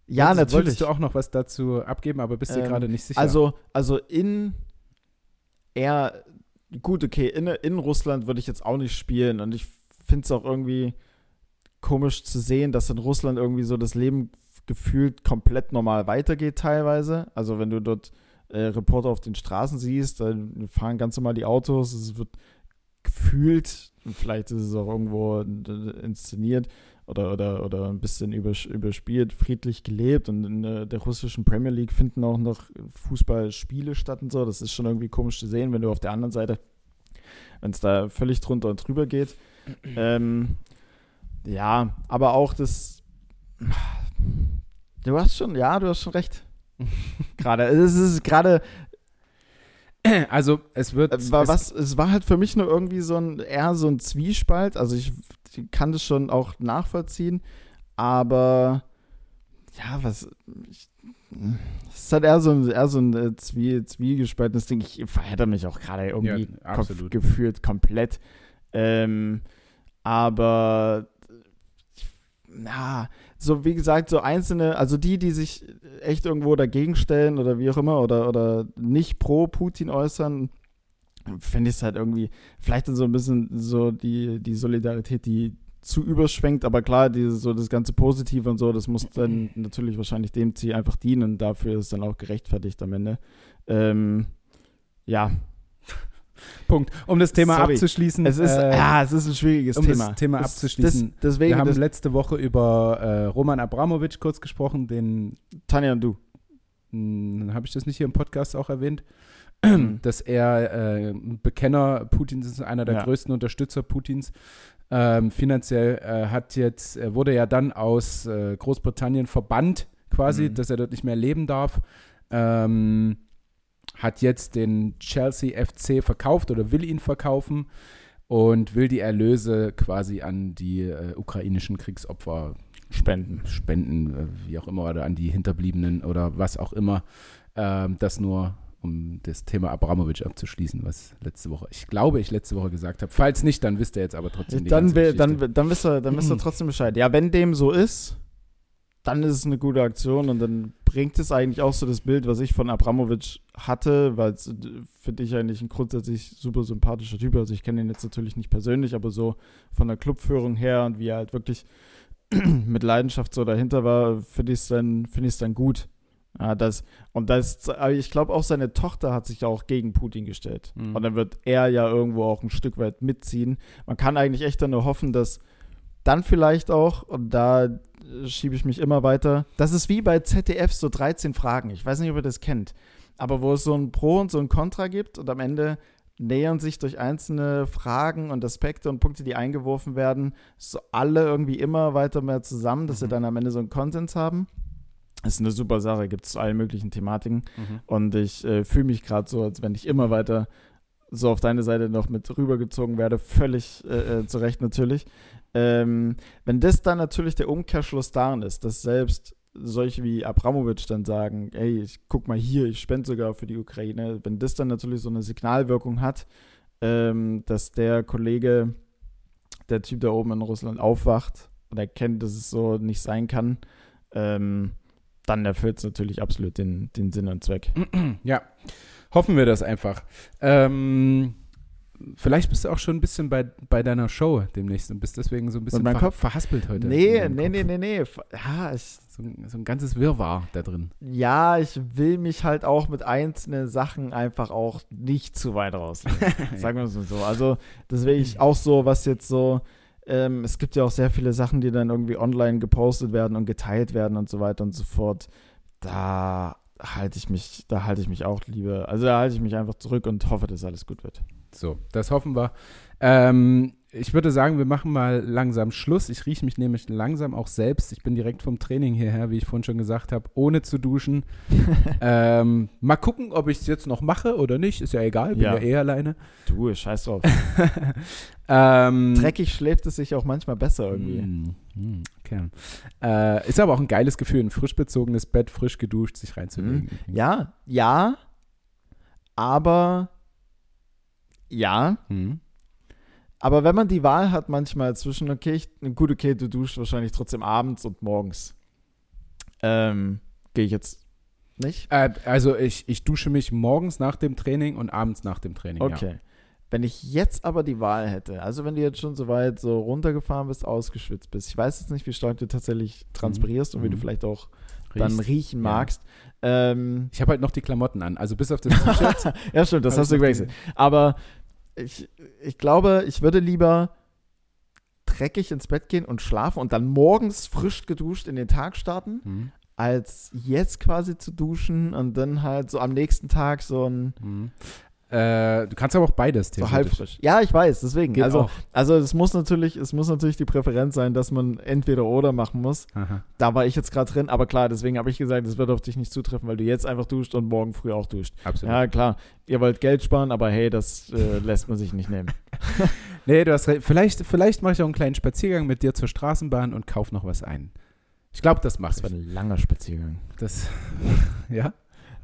Speaker 1: ja,
Speaker 2: Wolltest-
Speaker 1: natürlich.
Speaker 2: Wolltest du auch noch was dazu abgeben, aber bist dir
Speaker 1: Ähm,
Speaker 2: gerade nicht sicher.
Speaker 1: Also, also in eher gut, okay, in, in Russland würde ich jetzt auch nicht spielen und ich finde es auch irgendwie komisch zu sehen, dass in Russland irgendwie so das Leben gefühlt komplett normal weitergeht teilweise. Also wenn du dort äh, Reporter auf den Straßen siehst, dann fahren ganz normal die Autos, es wird gefühlt, vielleicht ist es auch irgendwo äh, inszeniert oder, oder, oder ein bisschen übersch- überspielt, friedlich gelebt und in äh, der russischen Premier League finden auch noch Fußballspiele statt und so. Das ist schon irgendwie komisch zu sehen, wenn du auf der anderen Seite, wenn es da völlig drunter und drüber geht. ähm, ja, aber auch das. Du hast schon, ja, du hast schon recht. Gerade, es ist gerade,
Speaker 2: *clears throat* also es wird.
Speaker 1: äh, war,
Speaker 2: es,
Speaker 1: was, es war halt für mich nur irgendwie so ein, eher so ein Zwiespalt. Also ich kann das schon auch nachvollziehen, aber ja, was, ich, es ist halt eher so ein, eher so ein äh, Zwie, zwiegespaltenes Ding. Ich verhedder mich auch gerade irgendwie
Speaker 2: Ja, um absolut.
Speaker 1: kom gefühlt komplett. Ähm, aber na, so wie gesagt, so einzelne, also die, die sich echt irgendwo dagegen stellen oder wie auch immer oder, oder nicht pro Putin äußern, finde ich es halt irgendwie, vielleicht dann so ein bisschen so die, die Solidarität, die zu überschwenkt, aber klar, dieses, so das ganze Positive und so, das muss dann natürlich wahrscheinlich dem Ziel einfach dienen und dafür ist es dann auch gerechtfertigt am Ende. Ähm, ja,
Speaker 2: Punkt. Um das Thema
Speaker 1: Sorry.
Speaker 2: abzuschließen.
Speaker 1: es ist,
Speaker 2: äh,
Speaker 1: ja, es ist ein schwieriges
Speaker 2: um das
Speaker 1: Thema.
Speaker 2: Thema
Speaker 1: Das-
Speaker 2: abzuschließen.
Speaker 1: Das, deswegen,
Speaker 2: wir haben
Speaker 1: das,
Speaker 2: letzte Woche über äh, Roman Abramowitsch kurz gesprochen, den
Speaker 1: Tanja und du.
Speaker 2: Hm, habe ich das nicht hier im Podcast auch erwähnt,
Speaker 1: Mhm.
Speaker 2: *clears throat* dass er äh, ein Bekenner Putins ist, einer der
Speaker 1: Ja.
Speaker 2: größten Unterstützer Putins. Ähm, finanziell äh, hat jetzt, er wurde ja dann aus äh, Großbritannien verbannt, quasi,
Speaker 1: Mhm.
Speaker 2: dass er dort nicht mehr leben darf. Ähm, hat jetzt den Chelsea FC verkauft oder will ihn verkaufen und will die Erlöse quasi an die äh, ukrainischen Kriegsopfer
Speaker 1: Spenden.
Speaker 2: Spenden, äh, wie auch immer, oder an die Hinterbliebenen oder was auch immer. Ähm, das nur, um das Thema Abramowitsch abzuschließen, was letzte Woche, ich glaube, ich letzte Woche gesagt habe. Falls nicht, dann wisst ihr jetzt aber trotzdem die
Speaker 1: Dann,
Speaker 2: ganze
Speaker 1: will, dann,
Speaker 2: Geschichte. *clears throat*
Speaker 1: will- dann, wisst ihr, dann wisst ihr trotzdem Bescheid. Ja, wenn dem so ist, dann ist es eine gute Aktion und dann bringt es eigentlich auch so das Bild, was ich von Abramovic hatte, weil es für dich eigentlich ein grundsätzlich super sympathischer Typ. Also ich kenne ihn jetzt natürlich nicht persönlich, aber so von der Clubführung her und wie er halt wirklich *clears throat* mit Leidenschaft so dahinter war, finde ich es dann, find ich's dann gut. Ja, das, und das, aber ich glaube auch seine Tochter hat sich ja auch gegen Putin gestellt.
Speaker 2: Mhm.
Speaker 1: Und dann wird er ja irgendwo auch ein Stück weit mitziehen. Man kann eigentlich echt dann nur hoffen, dass dann vielleicht auch, und da äh, schiebe ich mich immer weiter, das ist wie bei ZDF so 13 Fragen. Ich weiß nicht, ob ihr das kennt, aber wo es so ein Pro und so ein Contra gibt und am Ende nähern sich durch einzelne Fragen und Aspekte und Punkte, die eingeworfen werden, so alle irgendwie immer weiter mehr zusammen, dass sie
Speaker 2: Mhm.
Speaker 1: dann am Ende so einen Konsens haben. Das ist eine super Sache, gibt es zu allen möglichen Thematiken.
Speaker 2: Mhm.
Speaker 1: Und ich äh, fühle mich gerade so, als wenn ich immer weiter so auf deine Seite noch mit rübergezogen werde. Völlig äh, äh, zu Recht natürlich. Ähm, wenn das dann natürlich der Umkehrschluss darin ist, dass selbst solche wie Abramowitsch dann sagen, ey, ich guck mal hier, ich spende sogar für die Ukraine, wenn das dann natürlich so eine Signalwirkung hat, ähm, dass der Kollege, der Typ da oben in Russland aufwacht und erkennt, dass es so nicht sein kann, ähm, dann erfüllt es natürlich absolut den, den Sinn und Zweck.
Speaker 2: *clears throat* Ja, hoffen wir das einfach. Ähm, vielleicht bist du auch schon ein bisschen bei, bei deiner Show demnächst und bist deswegen so ein bisschen
Speaker 1: meinem
Speaker 2: verha-
Speaker 1: Kopf?
Speaker 2: verhaspelt heute.
Speaker 1: Nee,
Speaker 2: in deinem
Speaker 1: nee, nee,
Speaker 2: Kopf.
Speaker 1: nee, nee. F- Ja ich,
Speaker 2: So, ein- so ein ganzes Wirrwarr da drin.
Speaker 1: ja, ich will mich halt auch mit einzelnen Sachen einfach auch nicht zu weit raus. sagen wir es mal so. Also, das will ich auch so, was jetzt so. Ähm, es gibt ja auch sehr viele Sachen, die dann irgendwie online gepostet werden und geteilt werden und so weiter und so fort. Da halte ich mich, da halte ich mich auch lieber. Also da halte ich mich einfach zurück und hoffe, dass alles gut wird.
Speaker 2: So, das hoffen wir. Ähm, ich würde sagen, wir machen mal langsam Schluss. Ich rieche mich nämlich langsam auch selbst. Ich bin direkt vom Training hierher, wie ich vorhin schon gesagt habe, ohne
Speaker 1: *laughs*
Speaker 2: zu duschen. ähm, mal gucken, ob ich es jetzt noch mache oder nicht. Ist ja egal, bin ja,
Speaker 1: Ja.
Speaker 2: eh alleine.
Speaker 1: Du, scheiß drauf.
Speaker 2: ähm,
Speaker 1: Dreckig schläft es sich auch manchmal besser irgendwie.
Speaker 2: Mm, mm, okay. Äh, ist aber auch ein geiles Gefühl, ein frisch bezogenes Bett, frisch geduscht, sich reinzulegen.
Speaker 1: Mhm. Ja, ja, aber ja.
Speaker 2: Mhm.
Speaker 1: Aber wenn man die Wahl hat manchmal zwischen, okay, ich, gut, okay, du duschst wahrscheinlich trotzdem abends und morgens. Ähm, gehe ich jetzt nicht?
Speaker 2: Äh, also ich, ich dusche mich morgens nach dem Training und abends nach dem Training.
Speaker 1: Okay. Wenn ich jetzt aber die Wahl hätte, also wenn du jetzt schon so weit so runtergefahren bist, ausgeschwitzt bist, ich weiß jetzt nicht, wie stark du tatsächlich transpirierst und wie du
Speaker 2: Mhm.
Speaker 1: vielleicht auch
Speaker 2: Ja.
Speaker 1: dann
Speaker 2: Riechst.
Speaker 1: riechen
Speaker 2: ja.
Speaker 1: magst. Ähm,
Speaker 2: Ich habe halt noch die Klamotten an, also bis auf
Speaker 1: *laughs*
Speaker 2: das T-Shirt.
Speaker 1: ja, stimmt, das
Speaker 2: hab
Speaker 1: hast
Speaker 2: ich
Speaker 1: du
Speaker 2: noch
Speaker 1: gewechselt.
Speaker 2: die-
Speaker 1: Aber ich, ich glaube, ich würde lieber dreckig ins Bett gehen und schlafen und dann morgens frisch geduscht in den Tag starten,
Speaker 2: Mhm.
Speaker 1: als jetzt quasi zu duschen und dann halt so am nächsten Tag so ein
Speaker 2: Mhm. Äh, du kannst aber auch beides
Speaker 1: so
Speaker 2: theoretisch.
Speaker 1: halb frisch. Ja, ich weiß, deswegen.
Speaker 2: Geht
Speaker 1: also,
Speaker 2: auch.
Speaker 1: also es muss natürlich, es muss natürlich die Präferenz sein, dass man entweder oder machen muss.
Speaker 2: Aha.
Speaker 1: Da war ich jetzt gerade drin, aber klar, deswegen habe ich gesagt, das wird auf dich nicht zutreffen, weil du jetzt einfach duscht und morgen früh auch duscht.
Speaker 2: Absolut.
Speaker 1: Ja, klar, ihr wollt Geld sparen, aber hey, das äh, *laughs* lässt man sich nicht nehmen.
Speaker 2: Nee, du hast recht. Vielleicht, vielleicht mache ich auch einen kleinen Spaziergang mit dir zur Straßenbahn und kauf noch was ein. Ich glaube, das machst
Speaker 1: Das war
Speaker 2: du.
Speaker 1: ein langer Spaziergang.
Speaker 2: Das, ja?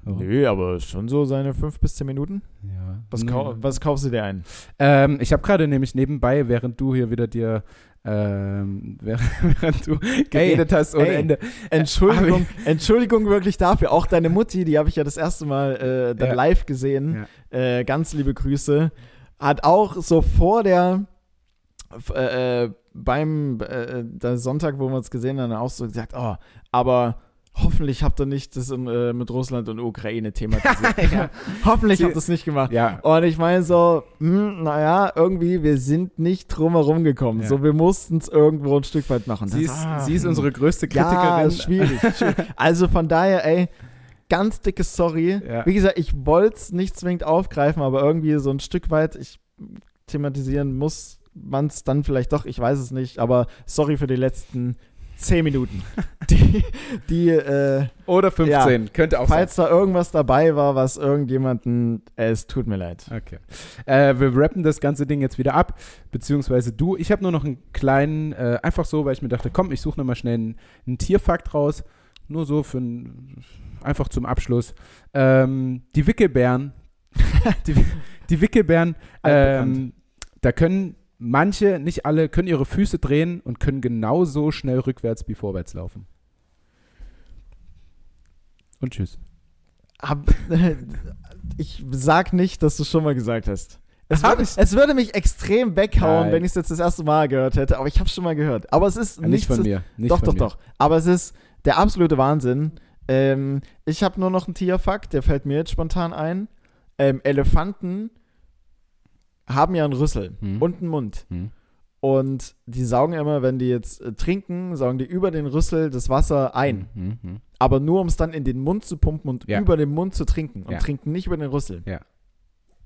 Speaker 2: Warum?
Speaker 1: Nö, aber schon so seine fünf bis zehn Minuten.
Speaker 2: *laughs* ja. Hm.
Speaker 1: Was,
Speaker 2: Nee.
Speaker 1: kau was kaufst du dir ein?
Speaker 2: Ähm, ich habe gerade nämlich nebenbei, während du hier wieder dir, ähm, *laughs* während, während du geredet hast ohne
Speaker 1: ey.
Speaker 2: Ende.
Speaker 1: Entschuldigung, Entschuldigung wirklich dafür. Auch deine Mutti, die habe ich ja das erste Mal äh, dann
Speaker 2: Ja.
Speaker 1: live gesehen. Äh, ganz liebe Grüße. Hat auch so vor der f- äh, äh, beim äh, der Sonntag, wo wir uns gesehen haben, auch so gesagt, oh, aber hoffentlich habt ihr nicht das im, äh, mit Russland und Ukraine thematisiert.
Speaker 2: *laughs* Ja.
Speaker 1: Hoffentlich
Speaker 2: Sie-
Speaker 1: habt ihr es nicht gemacht.
Speaker 2: Ja,
Speaker 1: Und ich meine so, hm, naja, irgendwie, wir sind nicht drum herum gekommen.
Speaker 2: Ja.
Speaker 1: So, wir mussten es irgendwo ein Stück weit machen.
Speaker 2: sie ist,
Speaker 1: Das- ah,
Speaker 2: sie ist unsere größte
Speaker 1: ja,
Speaker 2: Kritikerin.
Speaker 1: ist schwierig, ist
Speaker 2: *laughs*
Speaker 1: schwierig. Also von daher, ey, ganz dickes Sorry.
Speaker 2: Ja.
Speaker 1: Wie gesagt, ich wollte es nicht zwingend aufgreifen, aber irgendwie so ein Stück weit, ich thematisieren muss man es dann vielleicht doch, ich weiß es nicht, aber sorry für die letzten 10
Speaker 2: *laughs*
Speaker 1: Minuten. Die, die äh,
Speaker 2: Oder 15, könnte auch
Speaker 1: falls da irgendwas dabei war, was irgendjemanden, äh, es tut mir leid.
Speaker 2: sein. Okay. Äh, wir rappen das ganze Ding jetzt wieder ab, beziehungsweise du. Ich habe nur noch einen kleinen, äh, einfach so, weil ich mir dachte, komm, ich suche nochmal schnell einen, einen Tierfakt raus. Nur so für n- einfach zum Abschluss. Ähm, die Wickelbären, *laughs* die, die Wickelbären,
Speaker 1: Altbekannt.
Speaker 2: ähm, da können manche, nicht alle, können ihre Füße drehen und können genauso schnell rückwärts wie vorwärts laufen. und tschüss.
Speaker 1: Hab, *laughs* ich sag nicht, dass du es schon mal gesagt hast. Es
Speaker 2: Hab
Speaker 1: würde,
Speaker 2: ich's?
Speaker 1: es würde mich extrem weghauen,
Speaker 2: Nein.
Speaker 1: wenn ich es jetzt das erste Mal gehört hätte, aber ich habe es schon mal gehört. Aber es ist
Speaker 2: Äh, Nicht, von mir. Nicht
Speaker 1: doch,
Speaker 2: von
Speaker 1: doch,
Speaker 2: mir.
Speaker 1: doch. Aber es ist der absolute Wahnsinn. Ähm, ich habe nur noch einen Tierfakt, der fällt mir jetzt spontan ein. Ähm, Elefanten haben ja einen Rüssel
Speaker 2: Hm.
Speaker 1: und einen Mund.
Speaker 2: Hm.
Speaker 1: Und die saugen immer, wenn die jetzt äh, trinken, saugen die über den Rüssel das Wasser ein.
Speaker 2: Mhm, mhm.
Speaker 1: Aber nur, um es dann in den Mund zu pumpen und
Speaker 2: Ja.
Speaker 1: über den Mund zu trinken. Und
Speaker 2: Ja.
Speaker 1: trinken nicht über den Rüssel.
Speaker 2: Ja.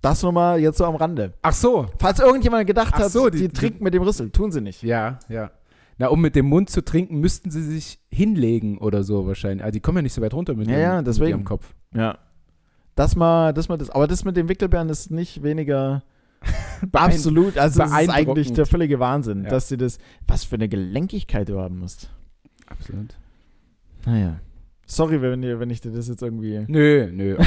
Speaker 1: Das nur mal jetzt so am Rande.
Speaker 2: Ach so.
Speaker 1: Falls irgendjemand gedacht
Speaker 2: Ach
Speaker 1: hat,
Speaker 2: so,
Speaker 1: die,
Speaker 2: die- die-
Speaker 1: trinken mit dem Rüssel, tun sie nicht.
Speaker 2: Ja, ja. Na, um mit dem Mund zu trinken, müssten sie sich hinlegen oder so wahrscheinlich. Also die kommen ja nicht so weit runter mit,
Speaker 1: Ja,
Speaker 2: ihrem,
Speaker 1: ja, deswegen.
Speaker 2: mit ihrem Kopf.
Speaker 1: Ja. Das mal, das mal das. Aber das mit dem Wickelbären ist nicht
Speaker 2: *laughs*
Speaker 1: weniger absolut. Also das ist
Speaker 2: beeindruckend.
Speaker 1: eigentlich der völlige Wahnsinn,
Speaker 2: Ja.
Speaker 1: dass sie das. Was für eine Gelenkigkeit du haben musst.
Speaker 2: Absolut.
Speaker 1: Naja. Sorry, wenn, ihr- wenn ich dir das jetzt irgendwie.
Speaker 2: Nö, nö.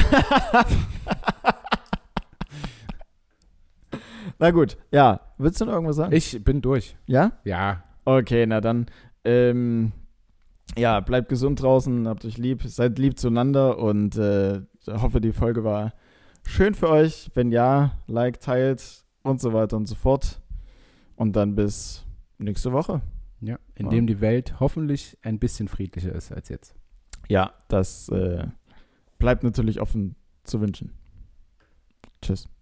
Speaker 1: Na gut, ja. Willst du noch irgendwas sagen?
Speaker 2: Ich bin durch.
Speaker 1: ja?
Speaker 2: Ja.
Speaker 1: Okay, na dann. Ähm, ja, bleibt gesund draußen, habt euch lieb, seid lieb zueinander und äh, hoffe, die Folge war schön für euch. Wenn ja, like, teilt und so weiter und so fort. Und dann bis nächste Woche.
Speaker 2: ja. Indem die Welt hoffentlich ein bisschen friedlicher ist als jetzt.
Speaker 1: Ja, das äh, bleibt natürlich offen zu wünschen. Tschüss.